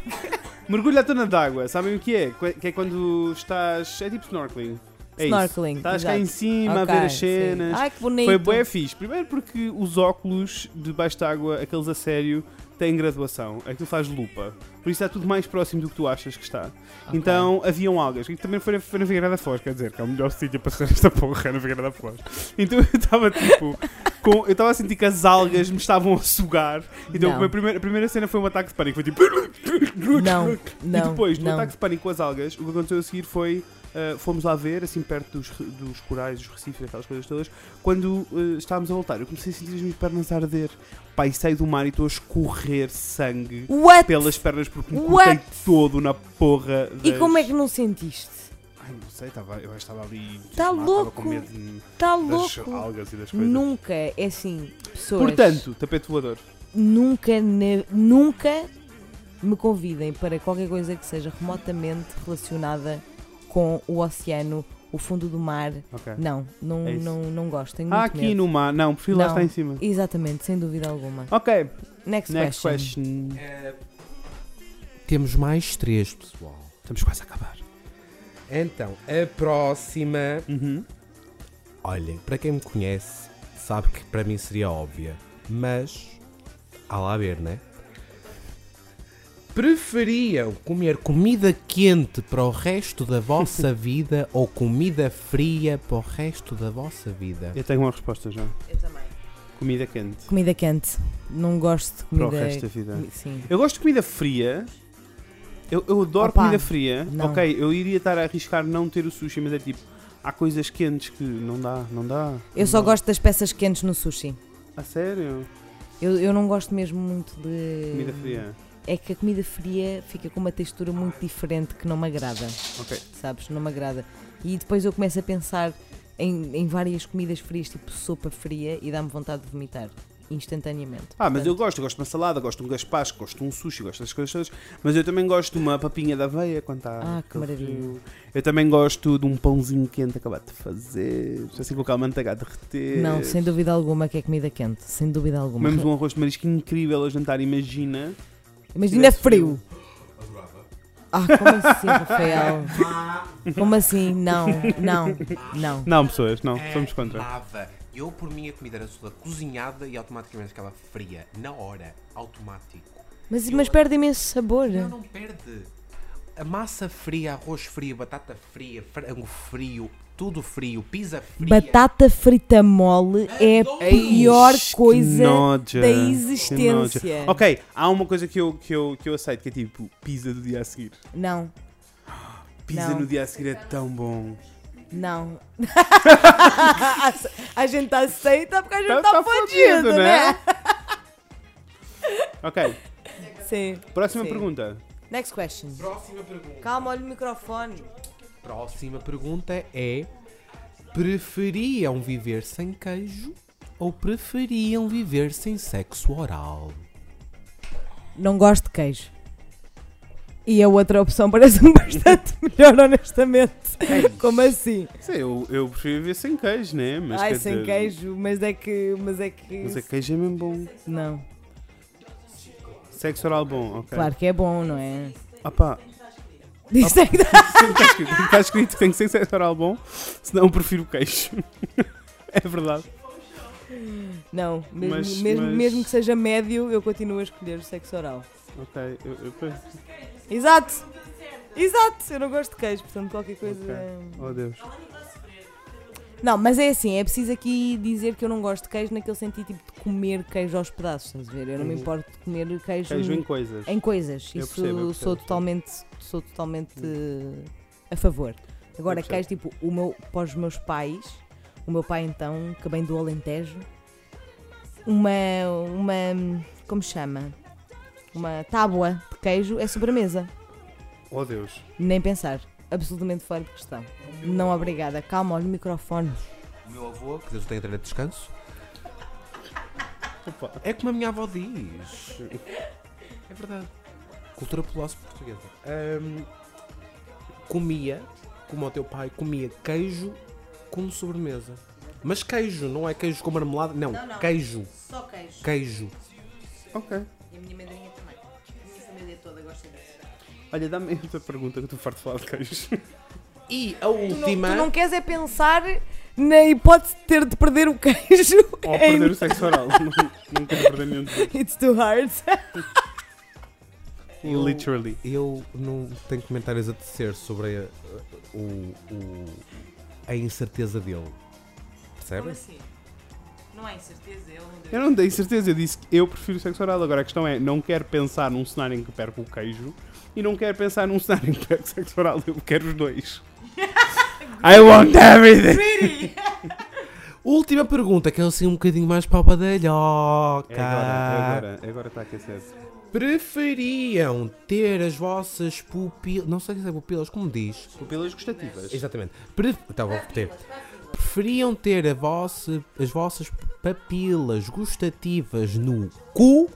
[SPEAKER 2] Mergulho à tona d'água, sabem o que é? Que- Que é quando estás. É tipo snorkeling. É isso.
[SPEAKER 1] Snorkeling.
[SPEAKER 2] Estás cá
[SPEAKER 1] exato.
[SPEAKER 2] em cima a
[SPEAKER 1] Ok,
[SPEAKER 2] ver as
[SPEAKER 1] sim.
[SPEAKER 2] cenas.
[SPEAKER 1] Ai que bonito.
[SPEAKER 2] Foi bué fixe. Primeiro porque os óculos debaixo d'água, aqueles a sério, têm graduação. Aquilo faz lupa. Por isso está tudo mais próximo do que tu achas que está.
[SPEAKER 1] Ok.
[SPEAKER 2] Então haviam algas. E também foi, foi na Figueira da Foz, quer dizer, que é o melhor sítio para ser esta porra, é na Figueira da Foz. Então eu estava tipo. com- eu estava a sentir que as algas me estavam a sugar. Então
[SPEAKER 1] Não.
[SPEAKER 2] a, minha primeira, a primeira cena foi um ataque de pânico. Foi tipo.
[SPEAKER 1] Não, não.
[SPEAKER 2] e depois, tá no
[SPEAKER 1] não.
[SPEAKER 2] ataque de pânico com as algas, o que aconteceu a seguir foi. ah, fomos lá ver, assim perto dos, re- dos corais, dos recifes, aquelas coisas todas. Quando ah, estávamos a voltar, eu comecei a sentir as minhas pernas a arder. Pai, saio do mar e estou a escorrer sangue
[SPEAKER 1] What?
[SPEAKER 2] pelas pernas porque me
[SPEAKER 1] What?
[SPEAKER 2] cortei todo na porra.
[SPEAKER 1] E
[SPEAKER 2] das-
[SPEAKER 1] como é que não sentiste?
[SPEAKER 2] Ai, não sei, tava, eu estava ali.
[SPEAKER 1] Tá
[SPEAKER 2] entusiasmado,
[SPEAKER 1] louco.
[SPEAKER 2] tava com medo de-
[SPEAKER 1] Está Tá
[SPEAKER 2] das
[SPEAKER 1] louco.
[SPEAKER 2] algas e das coisas.
[SPEAKER 1] Nunca, é assim, pessoas.
[SPEAKER 2] Portanto, tapete voador.
[SPEAKER 1] nunca, na- nunca me convidem para qualquer coisa que seja remotamente relacionada com o oceano, o fundo do mar.
[SPEAKER 2] Ok.
[SPEAKER 1] Não, não,
[SPEAKER 2] É isso.
[SPEAKER 1] não, não gosto. Tenho muito
[SPEAKER 2] Ah, aqui
[SPEAKER 1] medo.
[SPEAKER 2] no mar. Não, prefiro lá
[SPEAKER 1] Não.
[SPEAKER 2] estar em cima.
[SPEAKER 1] Exatamente, sem dúvida alguma.
[SPEAKER 2] Ok,
[SPEAKER 1] Next,
[SPEAKER 2] next
[SPEAKER 1] question.
[SPEAKER 2] question.
[SPEAKER 3] Temos mais três, pessoal.
[SPEAKER 2] Estamos quase a acabar.
[SPEAKER 5] Então, a próxima.
[SPEAKER 2] Uhum.
[SPEAKER 3] Olhem, para quem me conhece, sabe que para mim seria óbvia, mas há lá a ver, né?
[SPEAKER 5] Preferiam.
[SPEAKER 3] Comer comida quente para o resto da vossa vida ou comida fria para o resto da vossa vida?
[SPEAKER 2] Eu tenho uma resposta já.
[SPEAKER 1] Eu também.
[SPEAKER 2] Comida quente.
[SPEAKER 1] Comida quente. Não gosto de
[SPEAKER 2] Para
[SPEAKER 1] comida.
[SPEAKER 2] o resto da vida.
[SPEAKER 1] comi- Sim.
[SPEAKER 2] Eu gosto de comida fria. Eu, eu adoro
[SPEAKER 1] Opa,
[SPEAKER 2] comida fria.
[SPEAKER 1] não.
[SPEAKER 2] Ok, eu iria estar a arriscar não ter o sushi, mas é tipo, há coisas quentes que não dá, não dá.
[SPEAKER 1] Eu
[SPEAKER 2] não
[SPEAKER 1] só
[SPEAKER 2] dá.
[SPEAKER 1] gosto das peças quentes no sushi.
[SPEAKER 2] A sério?
[SPEAKER 1] Eu, eu não gosto mesmo muito de.
[SPEAKER 2] Comida fria.
[SPEAKER 1] É que a comida fria fica com uma textura muito diferente que não me agrada.
[SPEAKER 2] Ok.
[SPEAKER 1] sabes? Não me agrada. E depois eu começo a pensar em, em várias comidas frias, tipo sopa fria, e dá-me vontade de vomitar instantaneamente.
[SPEAKER 2] Ah, mas eu
[SPEAKER 1] Portanto,
[SPEAKER 2] gosto, eu gosto de uma salada, gosto de um gaspacho, gosto de um sushi, gosto das coisas todas, mas eu também gosto de uma papinha da aveia quando está.
[SPEAKER 1] Ah, que
[SPEAKER 2] aquele
[SPEAKER 1] maravilha.
[SPEAKER 2] frio. Eu também gosto de um pãozinho quente acabado de fazer, assim colocar a manteiga a derreter.
[SPEAKER 1] Não, sem dúvida alguma que é comida quente, sem dúvida alguma.
[SPEAKER 2] Comemos um arroz de marisco incrível a jantar, imagina.
[SPEAKER 1] Imagina
[SPEAKER 2] tivesse
[SPEAKER 1] frio. Ah, como assim, Rafael? Como assim? Não, não, não.
[SPEAKER 2] Não, pessoas, não,
[SPEAKER 3] É.
[SPEAKER 2] somos contra.
[SPEAKER 6] Lava. Eu, por mim, a comida era toda cozinhada e automaticamente ficava fria. Na hora. Automático.
[SPEAKER 1] Mas, mas perde imenso sabor.
[SPEAKER 2] É.
[SPEAKER 6] Não, não perde. A massa fria, arroz frio, batata fria, frango frio, tudo frio, pizza fria.
[SPEAKER 1] Batata frita mole é a pior
[SPEAKER 2] Eis, que Oh.
[SPEAKER 1] coisa
[SPEAKER 2] noja,
[SPEAKER 1] da
[SPEAKER 2] que noja.
[SPEAKER 1] existência.
[SPEAKER 2] Ok, há uma coisa que eu, que, eu, que eu aceito, que é tipo pizza do dia a seguir.
[SPEAKER 1] Não,
[SPEAKER 2] Pizza
[SPEAKER 1] Não.
[SPEAKER 2] no dia a seguir é tão bom.
[SPEAKER 1] Não. a gente aceita porque a gente
[SPEAKER 2] Tá-
[SPEAKER 1] tá,
[SPEAKER 2] tá
[SPEAKER 1] fodido,
[SPEAKER 2] fodido,
[SPEAKER 1] né?
[SPEAKER 2] Ok,
[SPEAKER 1] Sim.
[SPEAKER 2] próxima
[SPEAKER 1] Sim.
[SPEAKER 2] pergunta.
[SPEAKER 1] Next question.
[SPEAKER 3] Próxima pergunta.
[SPEAKER 1] Calma, olha o microfone.
[SPEAKER 3] Próxima pergunta é: preferiam viver sem queijo ou preferiam viver sem sexo oral?
[SPEAKER 1] Não gosto de queijo. E a outra opção parece-me bastante melhor, honestamente. Como assim?
[SPEAKER 2] Sim, eu, eu prefiro viver sem queijo, né? Mas
[SPEAKER 1] Ai,
[SPEAKER 2] quer
[SPEAKER 1] sem
[SPEAKER 2] dizer,
[SPEAKER 1] queijo, mas é que. Mas é que.
[SPEAKER 2] Mas a queijo é mesmo bom.
[SPEAKER 1] Não.
[SPEAKER 2] Sexo oral bom, ok.
[SPEAKER 1] Claro que é bom, não é?
[SPEAKER 2] Ah pá,
[SPEAKER 1] Diz é que dá.
[SPEAKER 2] sempre está Tá escrito, está escrito que tem que ser sexo oral bom, senão eu prefiro queijo. é verdade.
[SPEAKER 1] Não, mesmo,
[SPEAKER 2] Mas-
[SPEAKER 1] mesmo,
[SPEAKER 2] mas-
[SPEAKER 1] mesmo que seja médio, eu continuo a escolher o sexo oral.
[SPEAKER 2] Ok, eu, eu
[SPEAKER 1] Exato! Exato! Eu não gosto de queijo, portanto qualquer coisa. é-
[SPEAKER 2] Oh Deus.
[SPEAKER 1] Não, mas é assim, é preciso aqui dizer que eu não gosto de queijo naquele sentido tipo de comer queijo aos pedaços, estás a ver? Eu não me
[SPEAKER 2] Uhum.
[SPEAKER 1] importo de comer queijo,
[SPEAKER 2] Queijo em coisas.
[SPEAKER 1] Hum. em coisas.
[SPEAKER 2] Eu
[SPEAKER 1] Isso
[SPEAKER 2] percebo, eu percebo,
[SPEAKER 1] sou
[SPEAKER 2] eu percebo.
[SPEAKER 1] totalmente, sou totalmente eh, a favor. Agora,
[SPEAKER 2] Eu percebo.
[SPEAKER 1] queijo tipo, o meu, para os meus pais, o meu pai então, que vem do Alentejo, uma. uma. como se chama? Uma tábua de queijo é sobremesa.
[SPEAKER 2] Oh Deus.
[SPEAKER 1] Nem pensar. Absolutamente fora de questão. Não obrigada. Calma, olha o microfone.
[SPEAKER 6] O meu avô, que Deus o tenha direito de descanso. É como a minha avó diz. É verdade. Cultura polosa portuguesa.
[SPEAKER 5] Ahm,
[SPEAKER 3] comia, como o teu pai, comia queijo como sobremesa. Mas queijo, não é queijo com marmelada, não,
[SPEAKER 4] Não, não.
[SPEAKER 3] queijo,
[SPEAKER 4] Só queijo.
[SPEAKER 3] queijo.
[SPEAKER 2] Ok.
[SPEAKER 4] E a minha madrinha também. A minha família toda gosta disso.
[SPEAKER 2] Olha, dá-me outra pergunta que eu estou farto de falar de queijo.
[SPEAKER 3] E a
[SPEAKER 1] Não, tu
[SPEAKER 3] última,
[SPEAKER 1] não queres é pensar na hipótese de ter de perder o queijo.
[SPEAKER 2] Ou perder o sexo oral. não, não quero perder nenhum. dos
[SPEAKER 1] It's too hard.
[SPEAKER 2] dois. Literally.
[SPEAKER 3] eu não tenho comentários a tecer sobre a, o- o- a incerteza dele.
[SPEAKER 4] Como
[SPEAKER 3] Percebes?
[SPEAKER 4] assim? Não há incerteza, ele não deu.
[SPEAKER 2] Eu não dei certeza, eu disse que eu prefiro sexo oral. Agora a questão é, não quero pensar num cenário em que perco o queijo e não quero pensar num cenário em que perco o sexo oral. Eu quero os dois. I want everything!
[SPEAKER 4] Pretty!
[SPEAKER 3] Última pergunta, que é assim um bocadinho mais papadalhoca.
[SPEAKER 2] É agora, é agora, é agora está aquecido.
[SPEAKER 3] Preferiam ter as vossas pupilas. Não sei se é pupilas, como diz.
[SPEAKER 2] Pupilas gustativas.
[SPEAKER 3] Exatamente. Pre... Estava a repetir. Preferiam ter a vossa... as vossas papilas gustativas no cu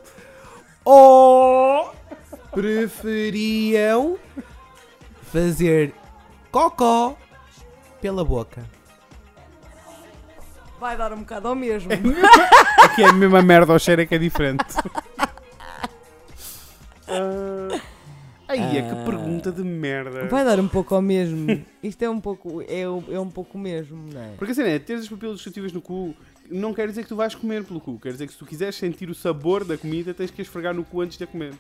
[SPEAKER 3] ou preferiam fazer cocó pela boca?
[SPEAKER 1] Vai dar um bocado ao mesmo.
[SPEAKER 2] É Aqui é a mesma merda ao cheiro é que é diferente. Ah, aí é que pergunta de merda.
[SPEAKER 1] Vai dar um pouco ao mesmo. Isto é um pouco. É, o- é um pouco o mesmo, não é?
[SPEAKER 2] Porque assim, né, teres as papilas gustativas no cu não quer dizer que tu vais comer pelo cu. Quer dizer que se tu quiseres sentir o sabor da comida, tens que a esfregar no cu antes de a comer.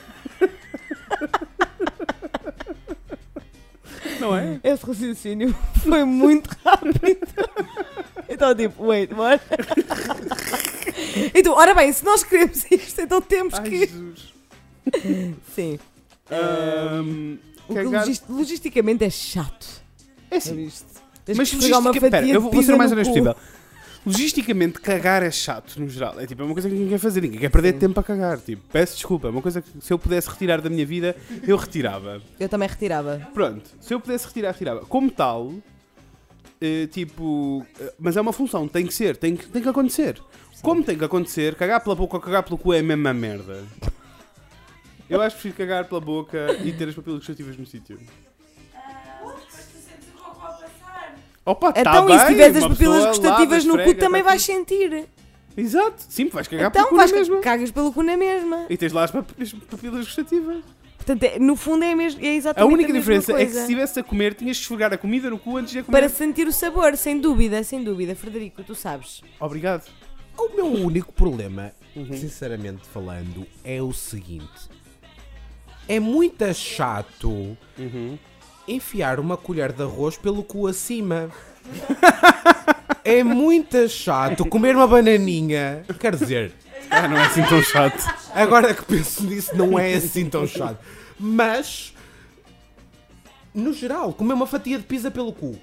[SPEAKER 2] não é?
[SPEAKER 1] Esse raciocínio foi muito rápido. Então, tipo, wait, what? Então, ora bem, se nós queremos isto, então temos
[SPEAKER 2] Ai,
[SPEAKER 1] que.
[SPEAKER 2] Jesus.
[SPEAKER 1] Sim.
[SPEAKER 2] Ahm,
[SPEAKER 1] O que
[SPEAKER 2] cagar-
[SPEAKER 1] logis- logisticamente é chato.
[SPEAKER 2] É assim,
[SPEAKER 1] Tens
[SPEAKER 2] mas
[SPEAKER 1] que esfregar uma
[SPEAKER 2] logistica-
[SPEAKER 1] fatia
[SPEAKER 2] pera,
[SPEAKER 1] de
[SPEAKER 2] eu vou vou ser
[SPEAKER 1] pizza
[SPEAKER 2] o mais
[SPEAKER 1] no
[SPEAKER 2] honesto
[SPEAKER 1] cu.
[SPEAKER 2] possível. Logisticamente, cagar é chato, no geral. É tipo, é uma coisa que ninguém quer fazer, ninguém quer perder
[SPEAKER 1] Sim.
[SPEAKER 2] tempo a cagar. Tipo, peço desculpa, é uma coisa que se eu pudesse retirar da minha vida, eu retirava.
[SPEAKER 1] Eu também retirava.
[SPEAKER 2] Pronto, se eu pudesse retirar, retirava. Como tal, eh, tipo. eh, mas é uma função, tem que ser, tem que, tem que acontecer. Como tem que acontecer, cagar pela boca ou cagar pelo cu é a mesma merda. Eu acho que prefiro cagar pela boca e ter as papilas gustativas no sítio. Opa, tá
[SPEAKER 1] então,
[SPEAKER 2] bem,
[SPEAKER 1] e se tiveres as
[SPEAKER 2] uma
[SPEAKER 1] papilas
[SPEAKER 2] pessoa
[SPEAKER 1] gustativas
[SPEAKER 2] lava,
[SPEAKER 1] no
[SPEAKER 2] esfrega,
[SPEAKER 1] cu, também
[SPEAKER 2] tá
[SPEAKER 1] vais
[SPEAKER 2] tudo. É
[SPEAKER 1] sentir.
[SPEAKER 2] Exato, sim, vais cagar pelo
[SPEAKER 1] Então,
[SPEAKER 2] cu
[SPEAKER 1] vais
[SPEAKER 2] na mesma.
[SPEAKER 1] cagas pelo cu na mesma.
[SPEAKER 2] E tens lá as pap- as papilas gustativas.
[SPEAKER 1] Portanto, é- no fundo é, mesmo, é
[SPEAKER 2] A
[SPEAKER 1] exatamente a
[SPEAKER 2] única
[SPEAKER 1] mesma
[SPEAKER 2] diferença é que
[SPEAKER 1] coisa.
[SPEAKER 2] se estivesse a comer, tinhas de esfregar a comida no cu antes de a comer.
[SPEAKER 1] Para sentir o sabor, sem dúvida, sem dúvida. Frederico, tu sabes.
[SPEAKER 2] Obrigado.
[SPEAKER 3] O meu único problema, sinceramente falando, é o seguinte: é muito chato enfiar uma colher de arroz pelo cu acima. é muito chato comer uma bananinha. Quer dizer,
[SPEAKER 2] Ah, não é assim tão chato.
[SPEAKER 3] agora que penso nisso, não é assim tão chato. Mas, no geral, comer uma fatia de pizza pelo cu.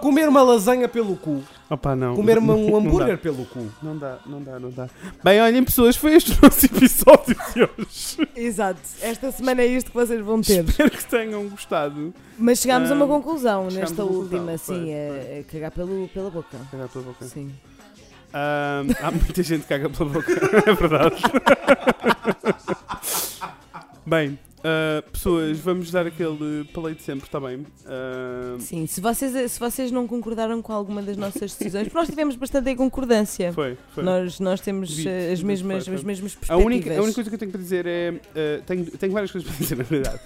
[SPEAKER 3] Comer uma lasanha pelo cu.
[SPEAKER 2] Opa, não.
[SPEAKER 3] Comer uma-
[SPEAKER 2] Não-
[SPEAKER 3] um
[SPEAKER 2] não
[SPEAKER 3] hambúrguer pelo cu.
[SPEAKER 2] dá. Não dá, não dá, não dá. Bem, olhem, pessoas, foi este o nosso episódio de hoje.
[SPEAKER 1] Exato. Esta semana é isto que vocês vão ter.
[SPEAKER 2] Espero que tenham gostado.
[SPEAKER 1] Mas chegámos a uma
[SPEAKER 2] Ahm,
[SPEAKER 1] conclusão
[SPEAKER 2] Ah, chegámos
[SPEAKER 1] nesta
[SPEAKER 2] a uma conclusão,
[SPEAKER 1] última,
[SPEAKER 2] foi,
[SPEAKER 1] sim,
[SPEAKER 2] foi.
[SPEAKER 1] a, a cagar pelo, pela boca.
[SPEAKER 2] Cagar pela boca.
[SPEAKER 1] Sim.
[SPEAKER 2] Ahm, há muita gente que caga pela boca, é verdade. Bem, ah, pessoas, vamos dar aquele palei de sempre, está bem? Ahm,
[SPEAKER 1] Sim, se vocês, se vocês não concordaram com alguma das nossas decisões, porque nós tivemos bastante concordância.
[SPEAKER 2] foi, foi.
[SPEAKER 1] Nós, nós temos
[SPEAKER 2] Vi,
[SPEAKER 1] eh, as
[SPEAKER 2] vi,
[SPEAKER 1] mesmas,
[SPEAKER 2] foi, foi.
[SPEAKER 1] as mesmas
[SPEAKER 2] A
[SPEAKER 1] perspectivas.
[SPEAKER 2] única, a única coisa que eu tenho para dizer é. ah, tenho, tenho várias coisas para dizer, na verdade.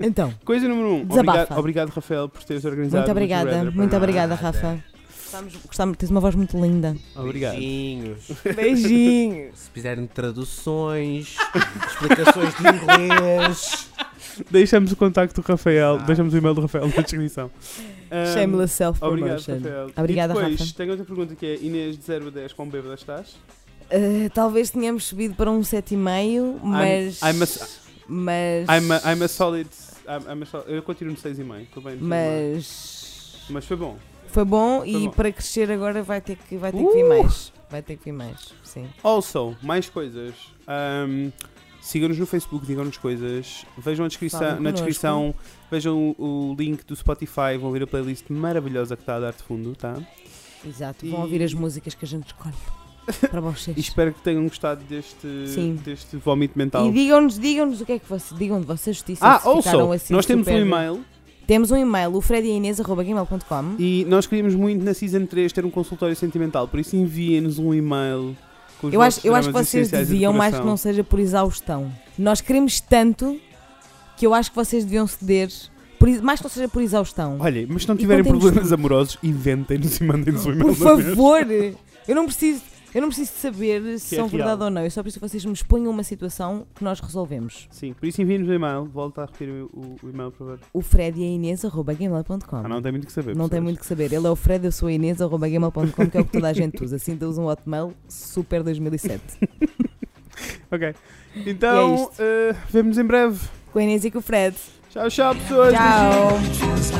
[SPEAKER 1] Então,
[SPEAKER 2] Coisa número um. Obrigado,
[SPEAKER 1] Desabafa.
[SPEAKER 2] obrigado, Rafael, por teres organizado.
[SPEAKER 1] muito
[SPEAKER 2] o Would You
[SPEAKER 1] obrigada,
[SPEAKER 2] Rather para
[SPEAKER 1] muito
[SPEAKER 2] nós.
[SPEAKER 1] obrigada, Rafa. Gostamos, gostamos, tens uma voz muito linda.
[SPEAKER 2] Obrigado.
[SPEAKER 3] Beijinhos.
[SPEAKER 1] Beijinhos.
[SPEAKER 3] Se fizerem traduções, explicações de inglês.
[SPEAKER 2] Deixamos o contacto do Rafael, deixamos o e-mail do Rafael na descrição. Ahm,
[SPEAKER 1] Shameless
[SPEAKER 2] Obrigado,
[SPEAKER 1] self-promotion.
[SPEAKER 2] Rafael.
[SPEAKER 1] Obrigada,
[SPEAKER 2] e depois,
[SPEAKER 1] Rafa.
[SPEAKER 2] tenho outra pergunta que é Inês de 0 a 10, quão bêbada estás?
[SPEAKER 1] Eh, talvez tenhamos subido para um 7,5, mas.
[SPEAKER 2] I'm a s-
[SPEAKER 1] mas.
[SPEAKER 2] I'm a, I'm a solid... I'm, I'm a sol- eu continuo no 6,5, estou bem. no 6,5.
[SPEAKER 1] mas.
[SPEAKER 2] Mas foi bom.
[SPEAKER 1] Foi bom e
[SPEAKER 2] bom.
[SPEAKER 1] para crescer agora vai ter que, vai ter que vir
[SPEAKER 2] Uh!
[SPEAKER 1] mais. Vai ter que vir mais, sim.
[SPEAKER 2] Also, mais coisas. Ahm, Sigam-nos no Facebook, digam-nos coisas. Vejam a descrição,
[SPEAKER 1] Falem
[SPEAKER 2] na
[SPEAKER 1] connosco.
[SPEAKER 2] descrição, vejam o, o link do Spotify, vão ver a playlist maravilhosa que está a dar de fundo, tá?
[SPEAKER 1] Exato.
[SPEAKER 2] E-
[SPEAKER 1] Vão ouvir as músicas que a gente escolhe. para vocês.
[SPEAKER 2] E espero que tenham gostado deste,
[SPEAKER 1] Sim.
[SPEAKER 2] deste vómito mental.
[SPEAKER 1] E digam-nos, digam-nos o que é que vocês, digam de vocês justiça
[SPEAKER 2] tá ah,
[SPEAKER 1] se
[SPEAKER 2] ouçam,
[SPEAKER 1] ficaram assim
[SPEAKER 2] nós temos
[SPEAKER 1] super-
[SPEAKER 2] um e-mail
[SPEAKER 1] Temos um e-mail, o frediainês.gmail.com
[SPEAKER 2] e nós queríamos muito na Season 3 ter um consultório sentimental, por isso enviem-nos um e-mail com os
[SPEAKER 1] Eu acho,
[SPEAKER 2] vossos
[SPEAKER 1] eu acho que
[SPEAKER 2] dramas
[SPEAKER 1] vocês
[SPEAKER 2] essenciais e de
[SPEAKER 1] deviam, mais que
[SPEAKER 2] coração.
[SPEAKER 1] não seja por exaustão. Nós queremos tanto que eu acho que vocês deviam ceder, por ex- mais que não seja por exaustão.
[SPEAKER 2] Olhem, mas se não tiverem
[SPEAKER 1] contem-nos
[SPEAKER 2] problemas amorosos, inventem-nos e mandem-nos um e-mail.
[SPEAKER 1] Por
[SPEAKER 2] na mesma.
[SPEAKER 1] favor! Eu não preciso, eu não preciso de saber se
[SPEAKER 2] Que é
[SPEAKER 1] são
[SPEAKER 2] real.
[SPEAKER 1] verdade ou não. Eu só preciso que vocês me exponham uma situação que nós resolvemos.
[SPEAKER 2] Sim, por isso enviem-nos um e-mail. Volta a repetir o, o- o e-mail, por favor.
[SPEAKER 1] O Fred e a Inês, arroba gmail.com.
[SPEAKER 2] Ah, não tem muito o que saber.
[SPEAKER 1] Não tem
[SPEAKER 2] pessoas.
[SPEAKER 1] muito que saber. Ele é o Fred, eu sou a Inês, arroba gmail.com, que é o que toda a gente usa. Assim, usa um hotmail super 2007.
[SPEAKER 2] Ok. Então,
[SPEAKER 1] é isto.
[SPEAKER 2] eh, vemos em breve.
[SPEAKER 1] Com a Inês e com o Fred.
[SPEAKER 2] Tchau, tchau, pessoas.
[SPEAKER 1] Tchau!
[SPEAKER 7] Just